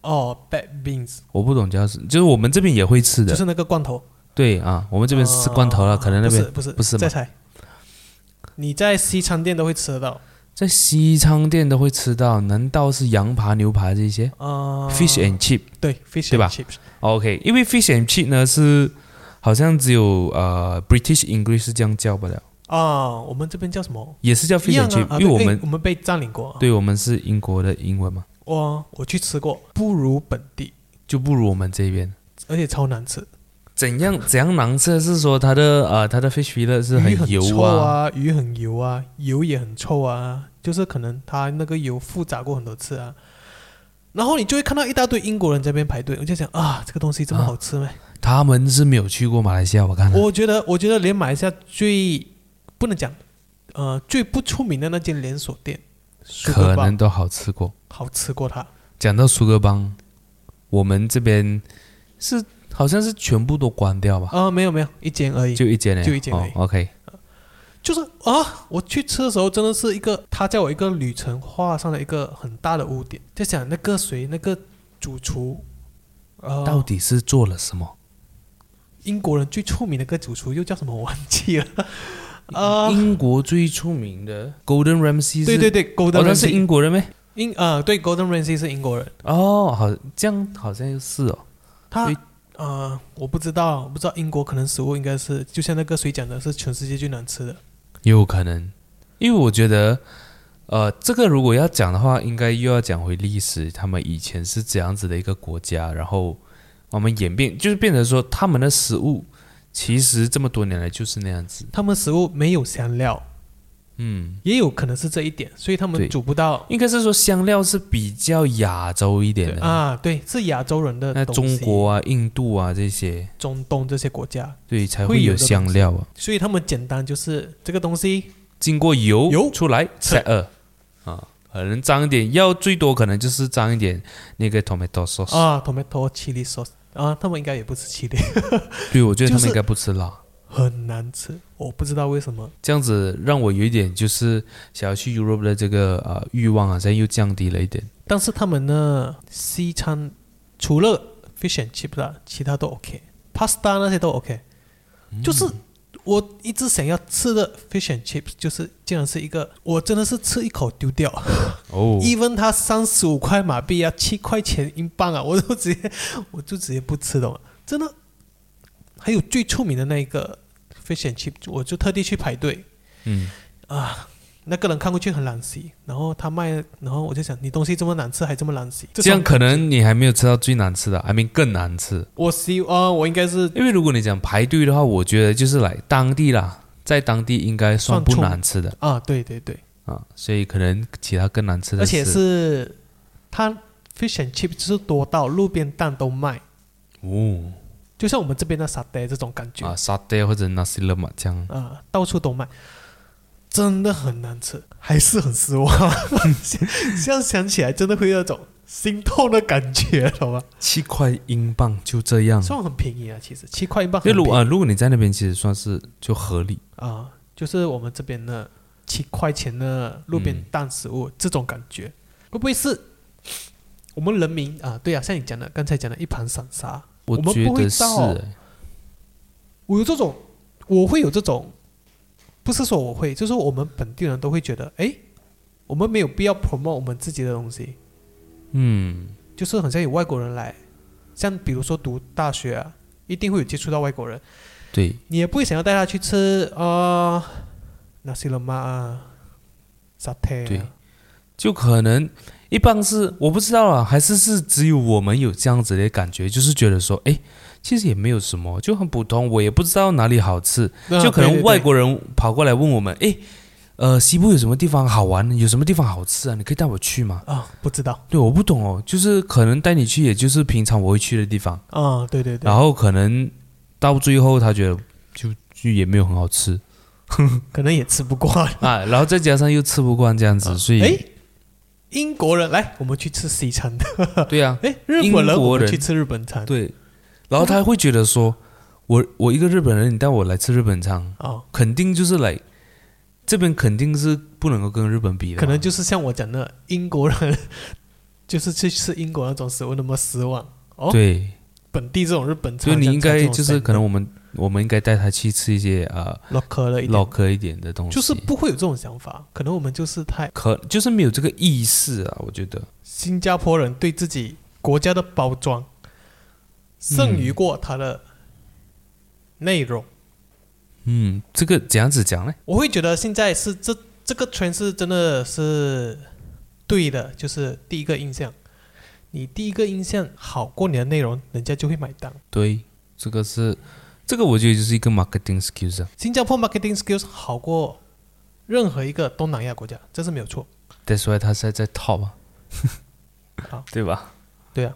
S2: 哦，bad beans，
S1: 我不懂叫什，就是我们这边也会吃的。
S2: 就是那个罐头。
S1: 对啊，我们这边是吃罐头了，
S2: 呃
S1: 可能那边
S2: 不是不
S1: 不是
S2: 是，再
S1: 嘛
S2: 猜，你在西餐店都会吃得到，
S1: 在西餐店都会吃到，难道是羊扒、牛扒这些、
S2: 呃
S1: f i s h and chip？
S2: 对 fish
S1: 对吧
S2: and chips，
S1: OK，因为 fish and chip 呢是好像只有呃 British English 是这样叫不了，
S2: 啊，我们这边叫什么？
S1: 也是叫
S2: 一
S1: fish
S2: 样
S1: and chip，、
S2: 啊，啊
S1: 因为
S2: 对
S1: 我
S2: 哎
S1: 们
S2: 我们被占领过啊。
S1: 对我们是英国的英文嘛，
S2: 哇，我去吃过，不如本地，
S1: 就不如我们这边。
S2: 而且超难吃，
S1: 怎样怎样难吃是说它的呃它的 fish fillet 是
S2: 鱼很
S1: 油
S2: 臭啊，鱼很油啊，油也很臭啊，就是可能它那个油复杂过很多次啊。然后你就会看到一大堆英国人在那边排队，我就想啊，这个东西这么
S1: 啊
S2: 好吃吗？
S1: 他们是没有去过马来西亚，我看了
S2: 我觉得，我觉得连马来西亚最不能讲，呃，最不出名的那间连锁店，
S1: 可
S2: Sugar Bar，
S1: 能都好吃过。
S2: 好吃过它。
S1: 讲到苏格邦，我们这边是好像是全部都关掉吧，
S2: 啊、没有没有，一间而已。
S1: 就一间呢，
S2: 哦就一间而
S1: 哦
S2: 已。
S1: OK，
S2: 就是啊，我去吃的时候真的是一个，他在我一个旅程画上了一个很大的污点，在想那个谁那个主厨，呃，
S1: 到底是做了什么？
S2: 英国人最出名的一个主厨又叫什么我忘记了，呃，
S1: 英国最出名的 Golden Ramsy 是，
S2: 对对对
S1: 哦，
S2: ，Golden
S1: 他是
S2: Ramsay
S1: 英国人咩？
S2: 英呃对 Golden Ramsay 是英国人，
S1: 哦，好，这样好像是哦。
S2: 他
S1: 所以
S2: 呃我不知道我不知道英国可能食物应该是就像那个谁讲的是全世界最难吃的，
S1: 也有可能，因为我觉得，呃，这个如果要讲的话，应该又要讲回历史，他们以前是怎样子的一个国家，然后我们演变，就是变成说他们的食物其实这么多年来就是那样子。
S2: 他们食物没有香料，
S1: 嗯，
S2: 也有可能是这一点，所以他
S1: 对
S2: 们煮不到
S1: 应该是说香料是比较亚洲一点
S2: 对
S1: 的，
S2: 啊，对，是亚洲人的
S1: 那
S2: 东西
S1: 中国啊、印度啊这些，
S2: 中东这些国家，
S1: 对，才
S2: 会
S1: 会有
S2: 有的
S1: 香料啊，
S2: 所以他们简单就是这个东西
S1: 经过油
S2: 油
S1: 出来
S2: 吃
S1: 才二啊，可能脏一点，要最多可能就是脏一点那个 tomato sauce。
S2: 啊，tomato chili sauce 啊，他们应该也不吃 chili，
S1: 对，我觉得他
S2: 就是
S1: 们应该不吃辣，
S2: 很难吃，我不知道为什么。
S1: 这样子让我有一点就是想要去 Europe 的这个呃欲望好像又降低了一点。
S2: 但是他们呢，西餐除了 fish and chips 啊，其他都 OK，pasta 那些都 OK，、就是我一直想要吃的 fish and chips，就是竟然是一个，我真的是吃一口丢掉。
S1: 哦，
S2: even 它三十五块马币啊，七块钱英镑啊， 我都直接我就直接不吃了嘛，真的。还有最出名的那一个 fish and chip，我就特地去排队，
S1: 嗯，
S2: 那个人看过去很难吃，然后他卖，然后我就想你东西这么难吃还这么难吃，
S1: 这样
S2: 种
S1: 可能你还没有吃到最难吃的，还没更难吃。
S2: 我希望我应该是
S1: 因为如果你讲排队的话，我觉得就是来当地啦，在当地应该算
S2: 算
S1: 不
S2: 冲
S1: 难吃的
S2: 啊，对对对，
S1: 啊，所以可能其他更难吃的，
S2: 而且是他 fish and chip 就是多到路边摊都卖，
S1: 哦
S2: 就像我们这边的沙爹这种感觉
S1: 啊沙爹或者 nasi lemak 这样。
S2: 啊，到处都卖，真的很难吃，还是很 失望。现现在想起来，真的会有那种心痛的感觉，懂吗？
S1: 七块英镑就这样，
S2: 虽然很便宜啊，其实七块一磅
S1: 因为
S2: 很
S1: 如
S2: 便
S1: 果
S2: 宜
S1: 啊，如果你在那边其实算是就合理，
S2: 啊，就是我们这边的七块钱的路边
S1: 嗯
S2: 档食物、这种感觉，会不会是我们人民啊？对啊，像你讲的，刚才讲的一盘散沙，我们
S1: 觉
S2: 不会
S1: 得是、
S2: 到
S1: 欸
S2: 我有这种，我会有这种，不是说我会，就是我们本地人都会觉得，哎，我们没有必要 promote 我们自己的东西，
S1: 嗯。
S2: 就是很像有外国人来，像比如说读大学啊，一定会有接触到外国人，
S1: 对，
S2: 你也不会想要带他去吃呃那些了嘛，沙特
S1: 对
S2: 啊，
S1: 就可能一般是我不知道啊，还是是只有我们有这样子的感觉，就是觉得说，哎，其实也没有什么，就很普通，我也不知道哪里好吃，
S2: 那
S1: 就可
S2: 嗯对
S1: 能
S2: 对
S1: 外
S2: 对
S1: 国人跑过来问我们，哎，呃，西部有什么地方好玩，有什么地方好吃啊？你可以带我去吗？
S2: 啊不知道
S1: 对，我不懂哦，就是可能带你去，也就是平常我会去的地方，
S2: 啊，对对对
S1: 然，后可能到最后他觉得就就也没有很好吃
S2: 可能也吃不惯
S1: 啊，然后再加上又吃不惯这样子，所以
S2: 哎，英国人来，我们去吃西餐的。
S1: 对啊，
S2: 哎，日本
S1: 英
S2: 人
S1: 国
S2: 我们
S1: 人
S2: 去吃日本餐。
S1: 对，然后他会觉得说，我我一个日本人，你带我来吃日本餐，
S2: 哦，
S1: 肯定就是来这边肯定是不能够跟日本比的嘛，
S2: 可能就是像我讲的，英国人 就是去吃英国那种食物那么失望。哦，
S1: 对，
S2: 本地这种日本
S1: 所以
S2: 餐，
S1: 你应该就是可能我们我们应该带他去吃一些呃
S2: 唠嗑了一
S1: 唠
S2: 点，
S1: 嗑一点的东西，
S2: 就是不会有这种想法。可能我们就是太
S1: 可就是没有这个意识啊，我觉得
S2: 新加坡人对自己国家的包装胜于过它的内容。
S1: 嗯，这个怎样子讲呢？
S2: 我会觉得现在是这这个圈是真的是对的，就是第一个印象，你第一个印象好过你的内容，人家就会买单。
S1: 对，这个是这个我觉得就是一个 marketing skills 啊，
S2: 新加坡 marketing skills 好过任何一个东南亚国家，这是没有错。
S1: that's why 他现在在 top 啊，
S2: 好，
S1: 对吧？
S2: 对啊，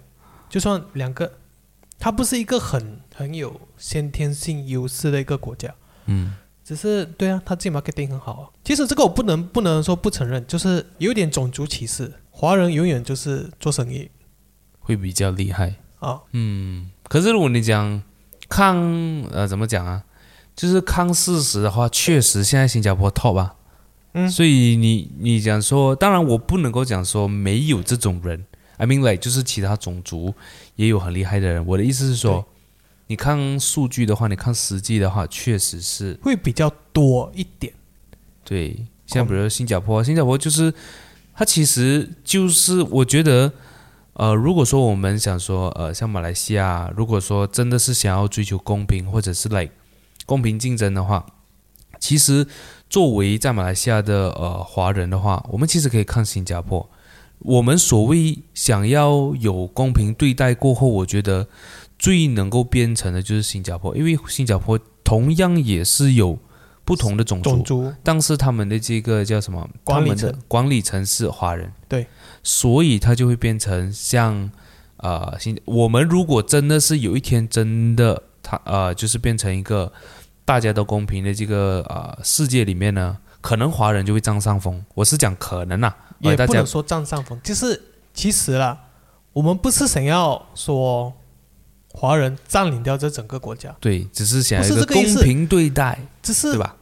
S2: 就算两个，它不是一个很很有先天性优势的一个国家，
S1: 嗯，
S2: 只是对啊，他自己 marketing 很好啊。其实这个我不能不能说不承认，就是有一点种族歧视，华人永远就是做生意
S1: 会比较厉害。
S2: 啊，
S1: 嗯，可是如果你讲抗呃怎么讲啊？就是看事实的话，确实现在新加坡 top 啊。
S2: 嗯
S1: 所以你你讲说，当然我不能够讲说没有这种人，I mean like 就是其他种族也有很厉害的人。我的意思是说
S2: 对，
S1: 你看数据的话，你看实际的话，确实是
S2: 会比较多一点。
S1: 对，像比如说新加坡，啊新加坡就是它其实就是我觉得，呃，如果说我们想说，呃，像马来西亚，如果说真的是想要追求公平或者是 like 公平竞争的话，其实作为在马来西亚的呃华人的话，我们其实可以看新加坡。我们所谓想要有公平对待过后，我觉得最能够变成的就是新加坡，因为新加坡同样也是有不同的种族，
S2: 种族
S1: 当时他们的这个叫什么？
S2: 管
S1: 他
S2: 理
S1: 们的
S2: 层
S1: 管理层是华人，
S2: 对，
S1: 所以他就会变成像呃，新我们如果真的是有一天真的他呃，就是变成一个大家都公平的这个呃世界里面呢，可能华人就会占上风。我是讲可能呐、呃
S2: 也
S1: 大
S2: 不
S1: 家
S2: 能说占上风，就是其实啦，我们不是想要说华人占领掉这整个国家，
S1: 对，只是想要
S2: 不
S1: 一
S2: 是
S1: 个
S2: 这个意
S1: 公
S2: 思
S1: 平对待，
S2: 只
S1: 对
S2: 是
S1: 吧？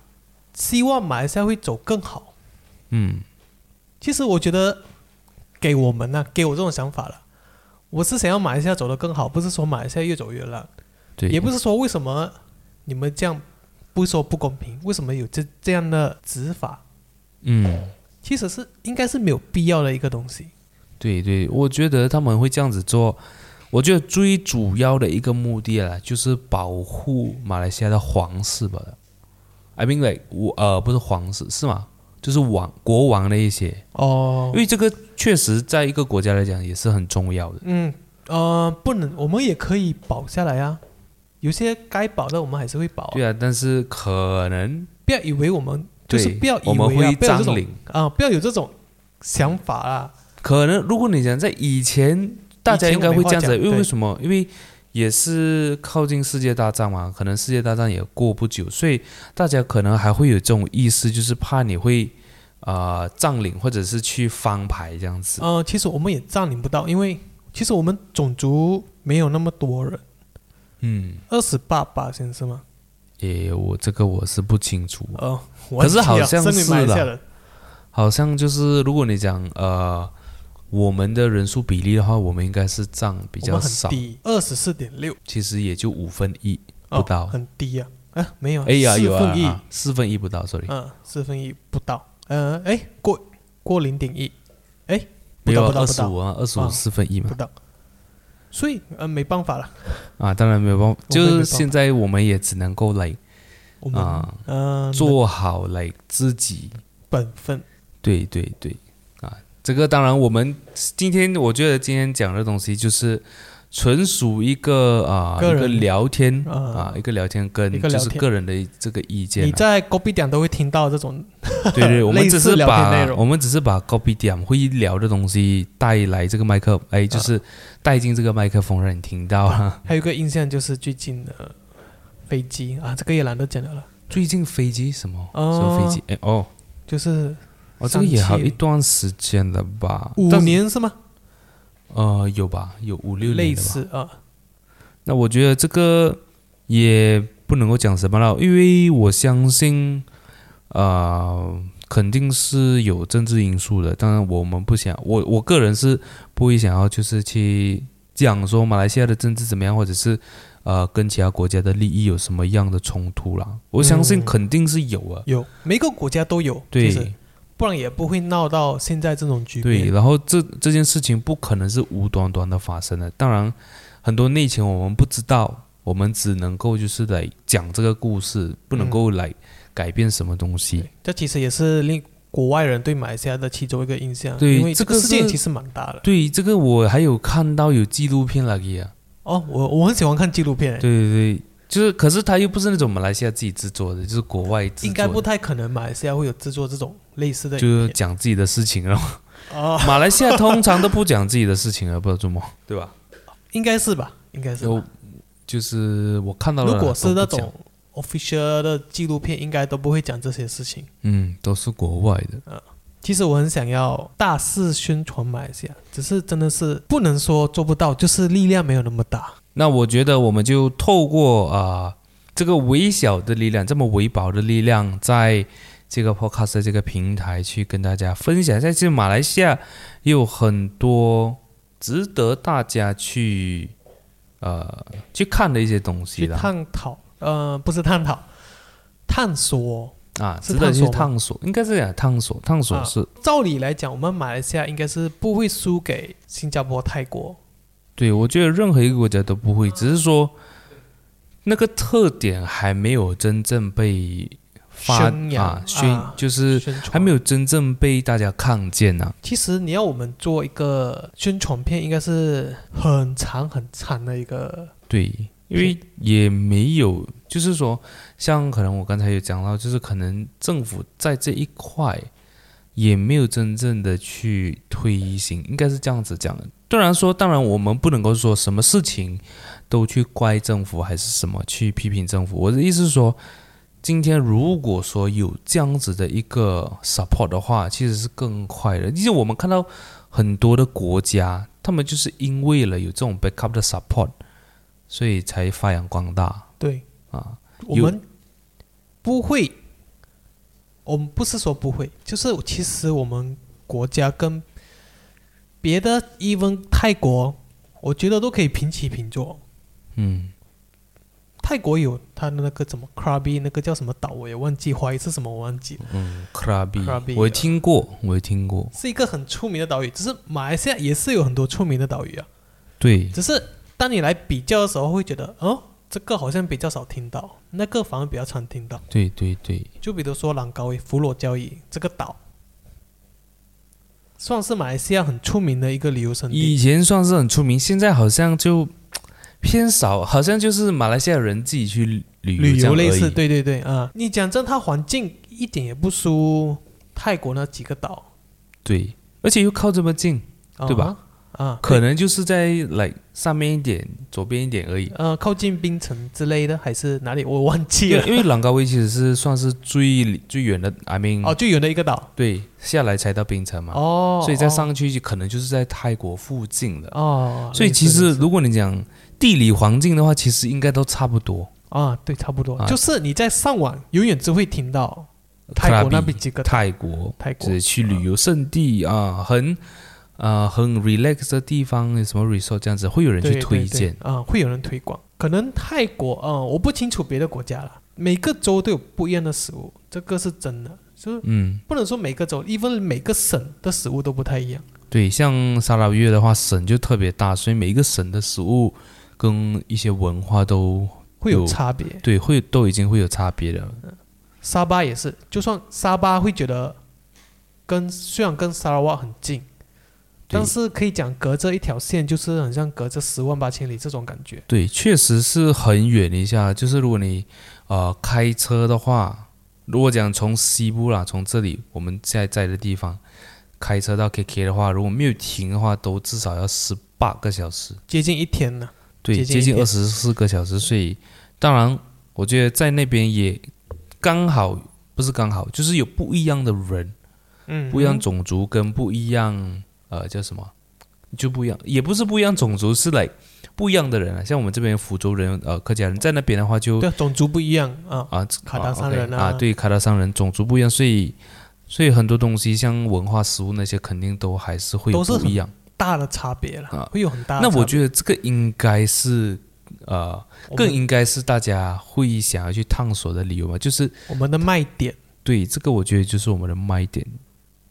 S2: 希望马来西亚会走更好。
S1: 嗯，
S2: 其实我觉得，给我们呢、啊给我这种想法了，我是想要马来西亚走得更好，不是说马来西亚越走越烂，
S1: 对，
S2: 也不是说为什么你们这样不说不公平，为什么有这这样的执法，
S1: 嗯。
S2: 其实是应该是没有必要的一个东西。
S1: 对对，我觉得他们会这样子做，我觉得最主要的一个目的啦，就是保护马来西亚的皇室吧。I mean like 我呃不是皇室是吗？就是王国王的一些，
S2: 哦
S1: 因，为这个确实在一个国家来讲也是很重要的。
S2: 嗯，呃，不能，我们也可以保下来啊，有些该保的我们还是会保、啊。
S1: 对啊，但是可能
S2: 不要以为我们就是
S1: 对
S2: 不要以
S1: 我们
S2: 为啊
S1: 会，
S2: 不要有
S1: 占
S2: 这种
S1: 领，
S2: 啊、不要有这种想法啊啦。
S1: 可能如果你讲在以前，大家应该会这样子，
S2: 以前我没话讲
S1: 因为
S2: 对
S1: 为什么？因为也是靠近世界大战嘛，可能世界大战也过不久，所以大家可能还会有这种意识，就是怕你会啊占领或者是去翻牌这样子。
S2: 呃，其实我们也占领不到，因为其实我们种族没有那么多人，
S1: 嗯，
S2: 二十八八先是吗？
S1: 也我这个我是不清楚，
S2: 呃，
S1: 可是好像
S2: 身为马来西
S1: 是
S2: 亚
S1: 啦
S2: 人，
S1: 好像就是如果你讲呃我们的人数比例的话，我们应该是占比
S2: 我
S1: 较
S2: 们很
S1: 少，
S2: 低，二十四点六，
S1: 其实也就五分一不
S2: 哦
S1: 到。
S2: 很低啊，啊，没有啊，
S1: 哎呀，
S2: 四
S1: 有啊
S2: 分一，
S1: 啊，四分一不到，sorry。
S2: 嗯，四分一不到，呃，哎，过过零点一，哎，不
S1: 没
S2: 到
S1: 有
S2: 不到
S1: 二
S2: 不
S1: 十
S2: 到
S1: 五啊，二十五
S2: 啊
S1: 四分一嘛
S2: 不到，所以呃没办法了，
S1: 啊，当然没有办法，
S2: 我们
S1: 就
S2: 也没
S1: 是
S2: 办法
S1: 现在我们也只能够来
S2: 我们
S1: 啊
S2: 呃
S1: 做好来自己，
S2: 本分，
S1: 对对对啊，这个当然我们今天我觉得今天讲的东西就是纯属一个啊
S2: 个
S1: 一个
S2: 人
S1: 聊天
S2: 啊
S1: 啊一个聊天
S2: 一
S1: 跟
S2: 个
S1: 就
S2: 聊
S1: 是
S2: 天
S1: 个人的这个意见
S2: 你
S1: 啊，
S2: 在高壁点都会听到这种
S1: 对对，我们
S2: 类
S1: 只
S2: 似
S1: 是
S2: 聊天
S1: 把
S2: 内容
S1: 我们只是把 copy 点会聊的东西带来这个麦克，
S2: 啊
S1: 哎，就是带进这个麦克风让你听到啊。
S2: 还有一个印象就是最近的飞机啊，这个也懒得讲了啦，
S1: 最近飞机什么？
S2: 哦
S1: 什么飞机？哎哦，
S2: 就是
S1: 哦，这个也
S2: 上
S1: 好
S2: 汽
S1: 一段时间了吧？
S2: 五
S1: 但是
S2: 年是吗？
S1: 呃有吧，有五六
S2: 类
S1: 年了吧。
S2: 似啊，
S1: 那我觉得这个也不能够讲什么了，因为我相信，呃，肯定是有政治因素的。当然，我们不想，我我个人是不会想要就是去讲说马来西亚的政治怎么样，或者是呃跟其他国家的利益有什么样的冲突啦。我相信
S2: 嗯
S1: 肯定是有啊。
S2: 有每个国家都有，
S1: 对，
S2: 其实不然也不会闹到现在这种局
S1: 对，
S2: 面。
S1: 然后这这件事情不可能是无端端的发生的，当然很多内情我们不知道，我们只能够就是来讲这个故事，不能够来改变什么东西。
S2: 这其实也是令国外人对马来西亚的其中一个印象，
S1: 对
S2: 因为
S1: 这
S2: 这
S1: 个
S2: 个事件
S1: 是
S2: 其实蛮大的。
S1: 对，这个我还有看到有纪录片来给啊，
S2: 哦，我我很喜欢看纪录片，
S1: 对对对，就是可是它又不是那种马来西亚自己制作的，就是国外制作的
S2: 应该不太可能马来西亚会有制作这种类似的
S1: 就
S2: 影
S1: 是
S2: 片
S1: 讲自己的事情了。
S2: 哦，
S1: 马来西亚通常都不讲自己的事情了，不知道怎 么，对吧？
S2: 应该是吧，应该是吧。
S1: 有就是我看到了啦，
S2: 如果是那
S1: 都不讲
S2: 种 official 的纪录片，应该都不会讲这些事情。
S1: 嗯，都是国外的。
S2: 其实我很想要大肆宣传马来西亚，只是真的是不能说做不到，就是力量没有那么大。
S1: 那我觉得我们就透过啊、这个微小的力量，这么微薄的力量，在这个 Podcast 的这个平台去跟大家分享一下。其实马来西亚也有很多值得大家去呃去看的一些东西
S2: 去
S1: 的
S2: 探讨，呃，不是探讨，探索。
S1: 啊，
S2: 是
S1: 值得去
S2: 探索
S1: 探索，
S2: 吗
S1: 应该是讲探索，探索
S2: 啊
S1: 是、
S2: 照理来讲，我们马来西亚应该是不会输给新加坡、泰国。
S1: 对，我觉得任何一个国家都不会，只是说那个特点还没有真正被发
S2: 宣扬
S1: 啊宣，
S2: 啊
S1: 就是
S2: 宣传
S1: 还没有真正被大家看见啊呐、
S2: 其实你要我们做一个宣传片，应该是很长很长的一个
S1: 对，因为也没有，就是说，像可能我刚才有讲到，就是可能政府在这一块也没有真正的去推行，应该是这样子讲的。虽然说，当然我们不能够说什么事情都去怪政府，还是什么去批评政府。我的意思是说，今天如果说有这样子的一个 support 的话，其实是更快的。因为我们看到很多的国家，他们就是因为了有这种 backup 的 support，所以才发扬光大
S2: 对
S1: 啊。
S2: 我
S1: 有
S2: 们不会，我们不是说不会，就是其实我们国家跟别的 even 泰国，我觉得都可以平起平坐。
S1: 嗯，
S2: 泰国有它的那个怎么 Krabi 那个叫什么岛，我也忘记，怀疑是什么我忘记了，
S1: 克拉比
S2: Krabi，，
S1: 我也听过，我也听过。
S2: 是一个很出名的岛屿。只是马来西亚也是有很多出名的岛屿啊，
S1: 对，
S2: 只是当你来比较的时候，会觉得哦，这个好像比较少听到，那个反而比较常听到。
S1: 对，对，对，
S2: 就比如说兰高威、弗罗交易这个岛，算是马来西亚很出名的一个旅游胜
S1: 以
S2: 地。
S1: 前算是很出名，现在好像就偏少，好像就是马来西亚人自己去旅
S2: 旅
S1: 这样
S2: 游类
S1: 而
S2: 似，
S1: 已
S2: 对对对啊、你讲真，它环境一点也不输泰国那几个岛，
S1: 对，而且又靠这么近，
S2: 啊
S1: 对吧？
S2: 啊，
S1: 可能就是在来上面一点，左边一点而已。
S2: 呃，靠近槟城之类的，还是哪里？我忘记
S1: 因为
S2: 了。
S1: 因为朗高威其实是算是最最远的，I mean，、
S2: 哦，最远的一个岛。
S1: 对，下来才到槟城嘛，
S2: 哦，
S1: 所以再
S2: 哦
S1: 上去就可能就是在泰国附近了。
S2: 哦，
S1: 啊所以
S2: 类似
S1: 其实
S2: 类似
S1: 如果你讲地理环境的话，其实应该都差不多。
S2: 啊，对，差不多，
S1: 啊
S2: 就是你在上网永远只会听到泰国那边几个岛，
S1: 泰国，
S2: 泰国
S1: 只去旅游胜地啊，很啊很 relax 的地方，有什么 resort 这样子，会有人
S2: 对
S1: 去推
S2: 对对
S1: 荐。
S2: 啊、会有人推广。可能泰国，嗯、我不清楚别的国家了。每个州都有不一样的食物，这个是真的，就是
S1: 嗯，
S2: 不能说每个州，even 每个省的食物都不太一样。
S1: 对，像沙拉越的话，省就特别大，所以每一个省的食物跟一些文化都
S2: 会有
S1: 有
S2: 差别，
S1: 对会都已经会有差别了。
S2: 沙巴也是，就算沙巴会觉得跟虽然跟沙拉瓦很近，
S1: 对
S2: 但是可以讲隔着一条线，就是很像隔着十万八千里这种感觉。
S1: 对，确实是很远一下。就是如果你呃开车的话，如果讲从西部啦，从这里我们现在在的地方开车到 KK 的话，如果没有停的话，都至少要十八个小时，
S2: 接近一天了。
S1: 对，
S2: 接近
S1: 接
S2: 一
S1: 近二
S2: 天
S1: 十四个小时。所以，当然，我觉得在那边也刚好，不是刚好，就是有不一样的人，
S2: 嗯，
S1: 不一样种族跟不一样呃叫什么，就不一样，也不是不一样种族，是来不一样的人啊。像我们这边福州人呃客家人在那边的话就
S2: 对啊种族不一样啊，
S1: 啊
S2: 卡达商
S1: OK，
S2: 人
S1: 啊
S2: 啊
S1: 对卡达商人种族不一样，所以所以很多东西像文化食物那些肯定都还是会
S2: 都是
S1: 不一样。
S2: 大的差别了，
S1: 啊
S2: 会有很大的
S1: 那
S2: 差别。
S1: 我觉得这个应该是呃
S2: 我们
S1: 更应该是大家会想要去探索的理由吧，就是
S2: 我们的卖点
S1: 对这个我觉得就是我们的卖点。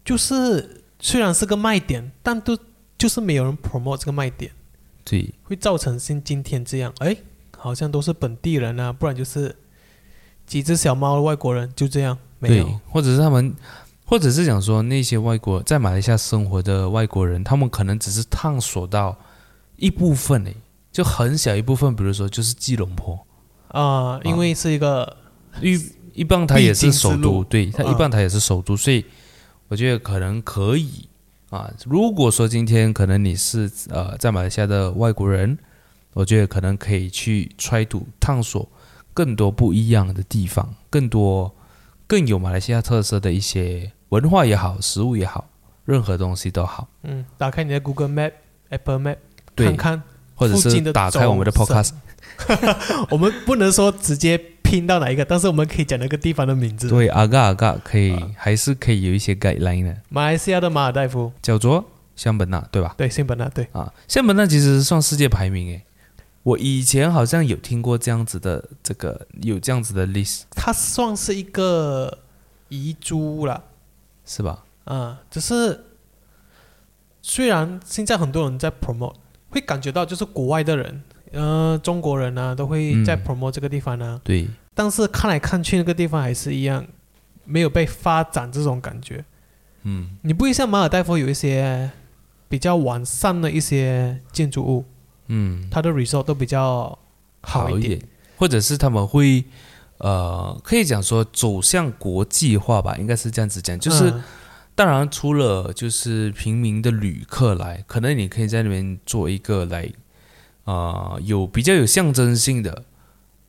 S2: 就是虽然是个卖点，但都就是没有人 promote 这个卖点，
S1: 对
S2: 会造成现今天这样，哎，好像都是本地人啊，不然就是几只小猫的外国人就这样，没
S1: 对
S2: 有，
S1: 或者是他们，或者是讲说那些外国在马来西亚生活的外国人，他们可能只是探索到一部分诶，就很小一部分，比如说就是吉隆坡。
S2: 啊、因为是一个
S1: 一一棒台也是首
S2: 必经之
S1: 都，
S2: 路
S1: 对，它
S2: 啊
S1: 一棒台也是首都，所以我觉得可能可以啊。如果说今天可能你是呃在马来西亚的外国人，我觉得可能可以去 try to 探索更多不一样的地方，更多更有马来西亚特色的一些文化也好，食物也好，任何东西都好，
S2: 嗯，打开你的 Google Map、Apple Map
S1: 对
S2: 看看，
S1: 或者
S2: 附近
S1: 是
S2: 的
S1: 打开我们的
S2: 走
S1: podcast，
S2: 我们不能说直接拼到哪一个，但是我们可以讲那个地方的名字。，
S1: 对，阿嘎阿嘎可以，还是可以有一些 guideline 的，
S2: 马来西亚的马尔代夫，
S1: 叫做香本那，对吧？
S2: 对，新本那，对，
S1: 啊，香本那其实算世界排名诶，我以前好像有听过这样子的，这个有这样子的 list
S2: 它算是一个遗珠了。
S1: 是吧？
S2: 啊，只是虽然现在很多人在 promote，会感觉到就是国外的人，呃，中国人啊，都会在
S1: 嗯
S2: promote 这个地方呢、
S1: 对，
S2: 但是看来看去，那个地方还是一样，没有被发展这种感觉。
S1: 嗯，
S2: 你不会像马尔代夫有一些比较完善的一些建筑物，
S1: 嗯，
S2: 它的 resort 都比较好
S1: 好
S2: 一
S1: 一
S2: 点。
S1: 点，或者是他们会。呃，可以讲说走向国际化吧，应该是这样子讲。就是、
S2: 嗯
S1: 当然除了就是平民的旅客来，可能你可以在那边做一个来，啊、有比较有象征性的，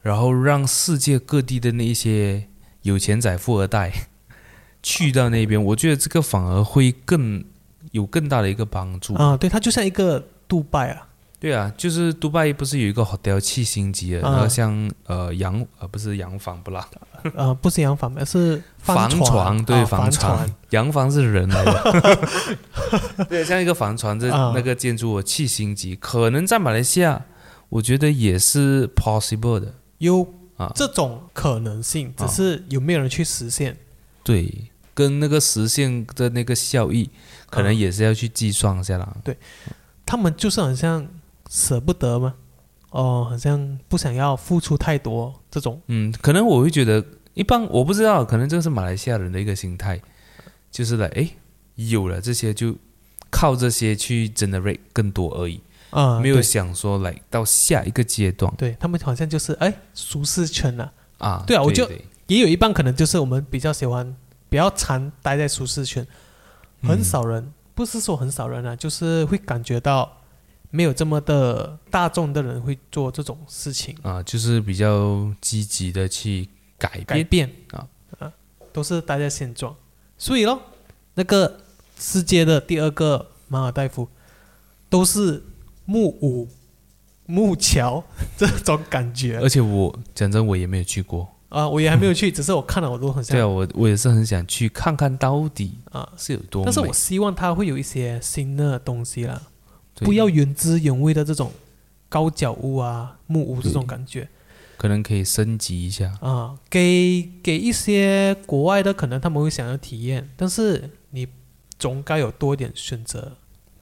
S1: 然后让世界各地的那一些有钱仔富二代去到那边，我觉得这个反而会更有更大的一个帮助。
S2: 啊、对，它就像一个杜拜啊，
S1: 对啊，就是杜拜不是有一个 hotel 七星级的，
S2: 嗯
S1: 那个像呃洋呃不是洋房不啦，
S2: 呃， 不是洋房，而是帆
S1: 房
S2: 船，
S1: 对、
S2: 啊
S1: 房
S2: 帆船，
S1: 洋房是人来的， 对，像一个房船这、
S2: 啊
S1: 那个建筑，我七星级，可能在马来西亚，我觉得也是 possible 的，
S2: 有
S1: 啊
S2: 这种可能性，只
S1: 啊
S2: 是有没有人去实现？
S1: 对，跟那个实现的那个效益，可能
S2: 啊
S1: 也是要去计算一下啦。
S2: 他们就是很像舍不得吗？哦，好像不想要付出太多这种
S1: 嗯，可能我会觉得一般，我不知道，可能这是马来西亚人的一个心态，就是来诶，有了这些就靠这些去 generate 更多而已，
S2: 啊，
S1: 没有
S2: 对
S1: 想说来到下一个阶段
S2: 对他们好像就是哎舒适圈了、
S1: 啊。
S2: 对啊我就
S1: 对
S2: 也有一半可能就是我们比较喜欢比较常待在舒适圈，很
S1: 嗯
S2: 少人、不是说很少人啊，就是会感觉到没有这么的大众的人会做这种事情，
S1: 啊，就是比较积极的去改
S2: 改
S1: 变。
S2: 变
S1: 啊
S2: 啊，都是待在现状。所以咯，那个世界的第二个马尔代夫，都是木屋、木桥 这种感觉
S1: 而且我讲真，我也没有去过。
S2: 啊，我也还没有去，只是我看了我都很想
S1: 对啊，我我也是很想去看看到底
S2: 啊。
S1: 是有多美。
S2: 但是我希望它会有一些新的东西啦，
S1: 对
S2: 不要原汁原味的这种高脚屋啊、木屋这种感觉
S1: 可能可以升级一下。
S2: 啊，给给一些国外的可能他们会想要体验，但是你总该有多一点选择。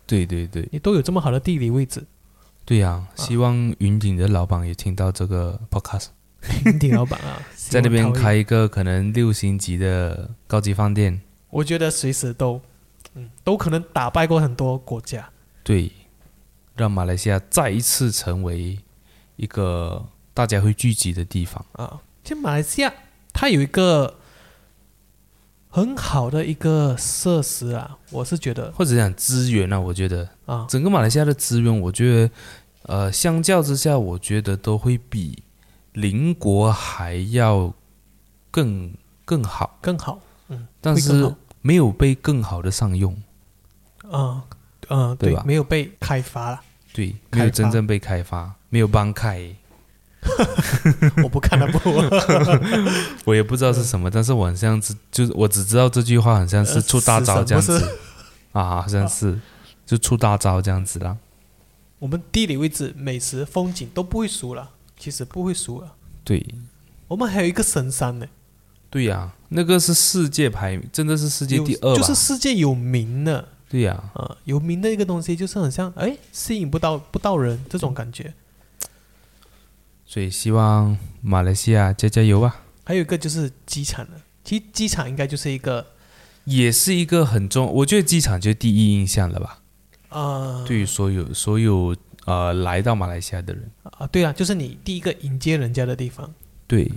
S1: 对对对
S2: 你都有这么好的地理 位置，
S1: 对啊！希望云顶的老板也听到这个 podcast，
S2: 云顶老板啊，
S1: 在那
S2: 希
S1: 边
S2: 望他会，
S1: 开一个可能六星级的高级饭店。
S2: 我觉得随时都，嗯，都可能打败过很多国家。
S1: 对，让马来西亚再一次成为一个大家会聚集的地方。
S2: 啊其实马来西亚它有一个很好的一个设施啊，我是觉得
S1: 或者讲资源啊，我觉得
S2: 啊，
S1: 整个马来西亚的资源，我觉得，呃，相较之下，我觉得都会比邻国还要更更好，
S2: 更好
S1: 但
S2: 会更
S1: 是
S2: 好
S1: 没有被更好的上用，
S2: 啊，嗯，对
S1: 对，吧
S2: 没有被开发了，
S1: 对，
S2: 开发
S1: 没有真正被开发，没有帮开，
S2: 我不看了不，
S1: 我也不知道是什
S2: 嗯
S1: 么，但是我很像是，就是我只知道这句话 很像是
S2: 呃
S1: 出大招这样
S2: 死神
S1: 子啊，好像是就出大招这样子啦，
S2: 我们地理位置、美食、风景都不会输了，其实不会输了。
S1: 对，
S2: 我们还有一个神山呢，
S1: 对呀、那个是世界排，真的是世界
S2: 有
S1: 第二吧？
S2: 就是世界有名的。
S1: 对呀、
S2: 啊，有名的一个东西，就是很像哎，吸引不到不到人这种感觉。
S1: 所以希望马来西亚加加油吧，
S2: 还有一个就是机场了，其实机场应该就是一个
S1: 也是一个很重，我觉得机场就是第一印象了吧，
S2: 呃，
S1: 对于所有所有呃来到马来西亚的人，
S2: 啊，对啊，就是你第一个迎接人家的地方。
S1: 对，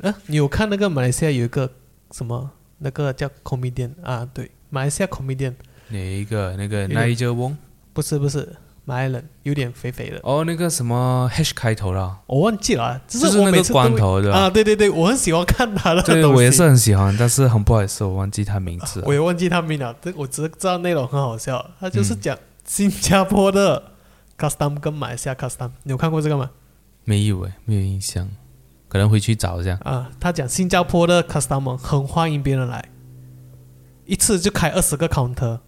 S2: 啊，你有看那个马来西亚有一个什么那个叫 comedian 啊？对，马来西亚 comedian
S1: 哪一个那个
S2: 有点
S1: Niger Wong
S2: 不是不是马来人，有点肥肥的，
S1: 哦，那个什么 H 开头啦，
S2: 我忘记了啊，只
S1: 就是
S2: 我
S1: 那
S2: 每
S1: 个
S2: 次都
S1: 光
S2: 会
S1: 头的，
S2: 啊，对对对，我很喜欢看他的东西。
S1: 对，我也是很喜欢，但是很不好意思，我忘记他名字了
S2: 啊我。也忘记他名了，这我只是知道内容很好笑。他就是
S1: 嗯
S2: 讲新加坡的 custom 跟马来西亚 custom，你有看过这个吗？
S1: 没有诶，没有印象。可能回去找一下。
S2: 啊，他讲新加坡的 customer 很欢迎别人来，一次就开二十 个 counter，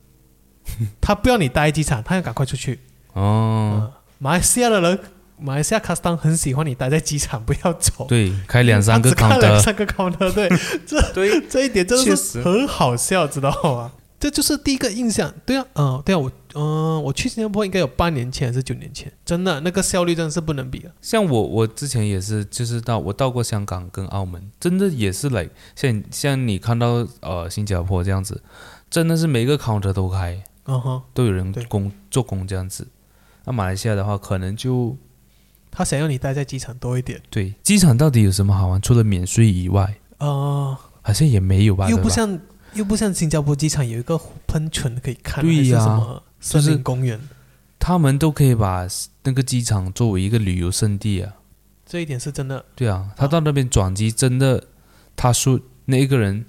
S2: 他不要你待在机场，他要赶快出去。
S1: 哦，
S2: 马来西亚的人，马来西亚 customer 很喜欢你待在机场，不要走。啊
S1: 对，开两三个
S2: 他只开两
S1: counter，
S2: 三个 counter，对，
S1: 对，
S2: 这一点真
S1: 确
S2: 的
S1: 实
S2: 是很好笑，知道吗？这就是第一个印象。对啊，嗯、对啊，我嗯、我去新加坡应该有八年前还是九年前，真的那个效率真的是不能比啊了。
S1: 像我，我之前也是，就是到我到过香港跟澳门，真的也是来像像你看到呃新加坡这样子，真的是每个 counter 都开，
S2: 嗯哼，
S1: 都有人
S2: 对
S1: 工做工这样子。那马来西亚的话，可能就
S2: 他想要你待在机场多一点，
S1: 对机场到底有什么好玩？除了免税以外，
S2: 呃，
S1: 好像也没有吧？
S2: 又
S1: 对
S2: 不
S1: 吧
S2: 像又不像新加坡机场有一个喷泉可以看，
S1: 对呀
S2: 还是什
S1: 就
S2: 么森
S1: 是
S2: 林公园，
S1: 他们都可以把那个机场作为一个旅游胜地啊。
S2: 这一点是真的。
S1: 对啊，他到那边转机，真的，他说那一个人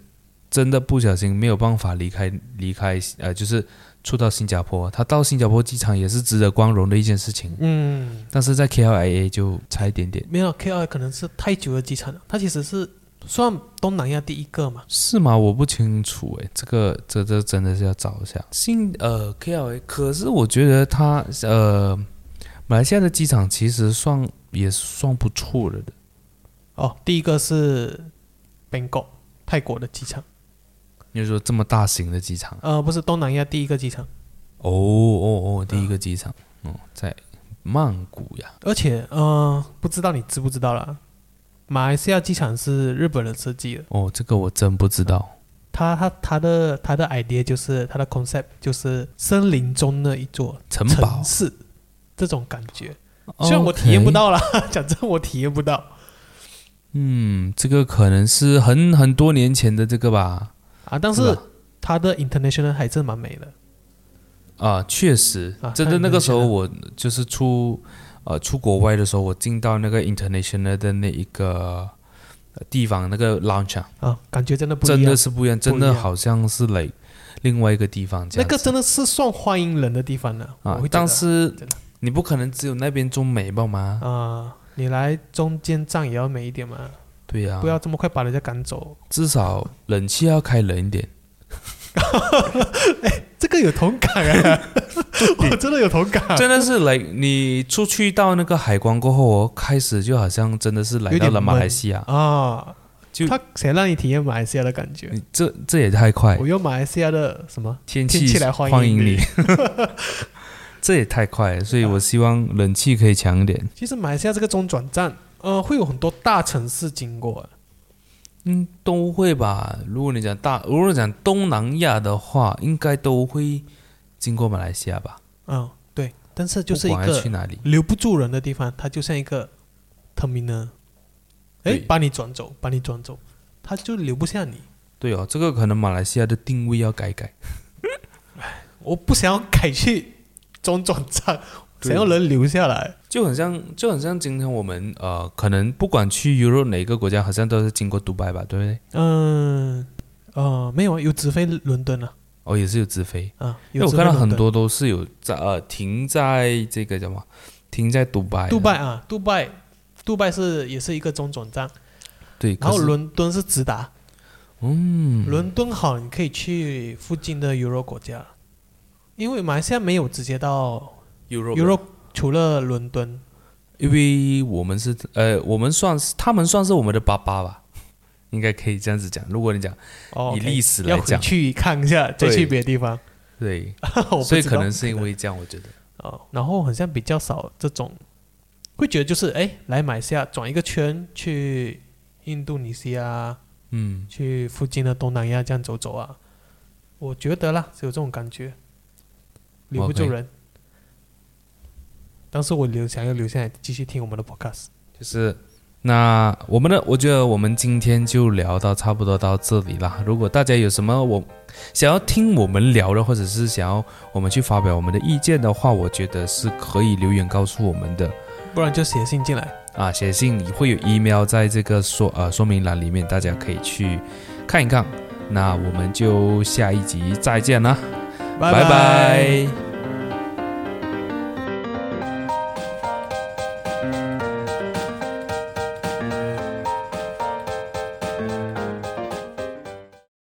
S1: 真的不小心没有办法离开离开，呃，就是出到新加坡，他到新加坡机场也是值得光荣的一件事情，
S2: 嗯，
S1: 但是在 KLIA 就差一点点，
S2: 没有 K R 可能是太久的机场了，它其实是算东南亚第一个嘛。
S1: 是吗？我不清楚诶，这个这这真的是要找一下新呃 KLIA，可是我觉得他呃马来西亚的机场其实算也算不错了的，
S2: 哦，第一个是 Bangkok 泰国的机场，
S1: 就是说这么大型的机场。啊
S2: 呃，不是东南亚第一个机场。
S1: 哦哦哦，
S2: 啊
S1: 第一个机场，哦，在曼谷呀。
S2: 而且，呃，不知道你知不知道啦，马来西亚机场是日本人设计的，
S1: 哦，这个我真不知道。
S2: 他他他的他的 idea 就是他的 concept 就是森林中的一座
S1: 城堡
S2: 嗯
S1: 哦
S2: 城，市，这种感觉。虽然我体验不
S1: OK，
S2: 到啦， 讲真我体验不到。
S1: 嗯，这个可能是很很多年前的这个吧。
S2: 啊，但
S1: 是
S2: 是
S1: 吧
S2: 它的 international 还真蛮美的。
S1: 啊，确实
S2: 啊，
S1: 真的
S2: 太
S1: 那个时候
S2: international
S1: 我就是出呃出国外的时候，我进到那个 international 的那一个呃地方，那个 launch 啊，
S2: 啊，感觉真的不一样。
S1: 真的是不一样，真
S2: 不
S1: 的
S2: 一样
S1: 好像是来另外一个地方这
S2: 那
S1: 样子。
S2: 个真的是算欢迎人的地方了。我
S1: 啊
S2: 会，觉得
S1: 但是
S2: 真的
S1: 你不可能只有那边中美吧吗？
S2: 啊，你来中间站也要美一点嘛，
S1: 对啊呀，
S2: 不要这么快把人家赶走。
S1: 至少冷气要开冷一点。
S2: 这个有同感 啊，我真的有同感，啊
S1: 真的是来，你出去到那个海关过后哦，开始就好像真的是来
S2: 有
S1: 到
S2: 点
S1: 了
S2: 闷
S1: 马来西亚，
S2: 啊。
S1: 就
S2: 他想让你体验马来西亚的感觉，
S1: 你这这也太快
S2: 我，用马来西亚的什么
S1: 天
S2: 天气来欢迎
S1: 欢迎
S2: 你
S1: 你，这也太快了，所以
S2: 啊
S1: 我希望冷气可以强一点。
S2: 其实马来西亚这个中转站，呃，会有很多大城市经过啊，
S1: 嗯，都会吧。如果你讲大，如果讲东南亚的话，应该都会经过马来西亚吧？
S2: 嗯，对，但是就是一
S1: 不管要
S2: 个
S1: 去哪里，
S2: 留不住人的地方，它就像一个 terminal，哎
S1: 对，
S2: 把你转走，把你转走，它就留不下你。
S1: 对哦，这个可能马来西亚的定位要改改。
S2: 我不想要改去中转站，
S1: 对
S2: 想要人留下来。
S1: 就很像，就很像今天我们呃，可能不管去 Euro 哪个国家，好像都是经过迪拜吧，对不对？
S2: 嗯，呃，没有啊，有直飞伦敦啊，
S1: 哦，也是有直飞，
S2: 啊，
S1: 因为哎
S2: 有
S1: 我
S2: 直飞
S1: 看到
S2: 伦
S1: 很
S2: 敦。
S1: 多都是有在呃停在这个叫什么，停在迪拜的，
S2: 杜拜啊，杜拜，杜拜是也是一个中转站，
S1: 对，
S2: 然后
S1: 可是
S2: 伦敦是直达。
S1: 嗯
S2: 伦敦好，你可以去附近的 Euro 国家，因为马来西亚没有直接到
S1: Euro
S2: Euro，除了伦敦，
S1: 因为我们是呃，我们算是他们算是我们的爸爸吧， 应该可以这样子讲。如果你讲
S2: 哦，
S1: 以
S2: OK
S1: 历史来
S2: 要回
S1: 讲，
S2: 去看一下，再
S1: 对
S2: 去别的地方。
S1: 对，
S2: 我不
S1: 所以
S2: 知
S1: 可
S2: 道
S1: 能是因为这样，我觉得
S2: 哦，然后好像比较少这种，会觉得就是哎，来马来西亚转一个圈，去印度尼西亚，
S1: 嗯，
S2: 去附近的东南亚这样走走啊。我觉得啦，是有这种感觉，留不住
S1: OK
S2: 人。但是我留想要留下来继续听我们的 podcast。
S1: 就是。那我们的，我觉得我们今天就聊到差不多到这里啦。如果大家有什么我想要听我们聊的，或者是想要我们去发表我们的意见的话，我觉得是可以留言告诉我们的
S2: 不然就写信进来。
S1: 啊。写信会有 email 在这个说呃说明栏里面，大家可以去看一看。那我们就下一集再见啦，
S2: 拜
S1: 拜拜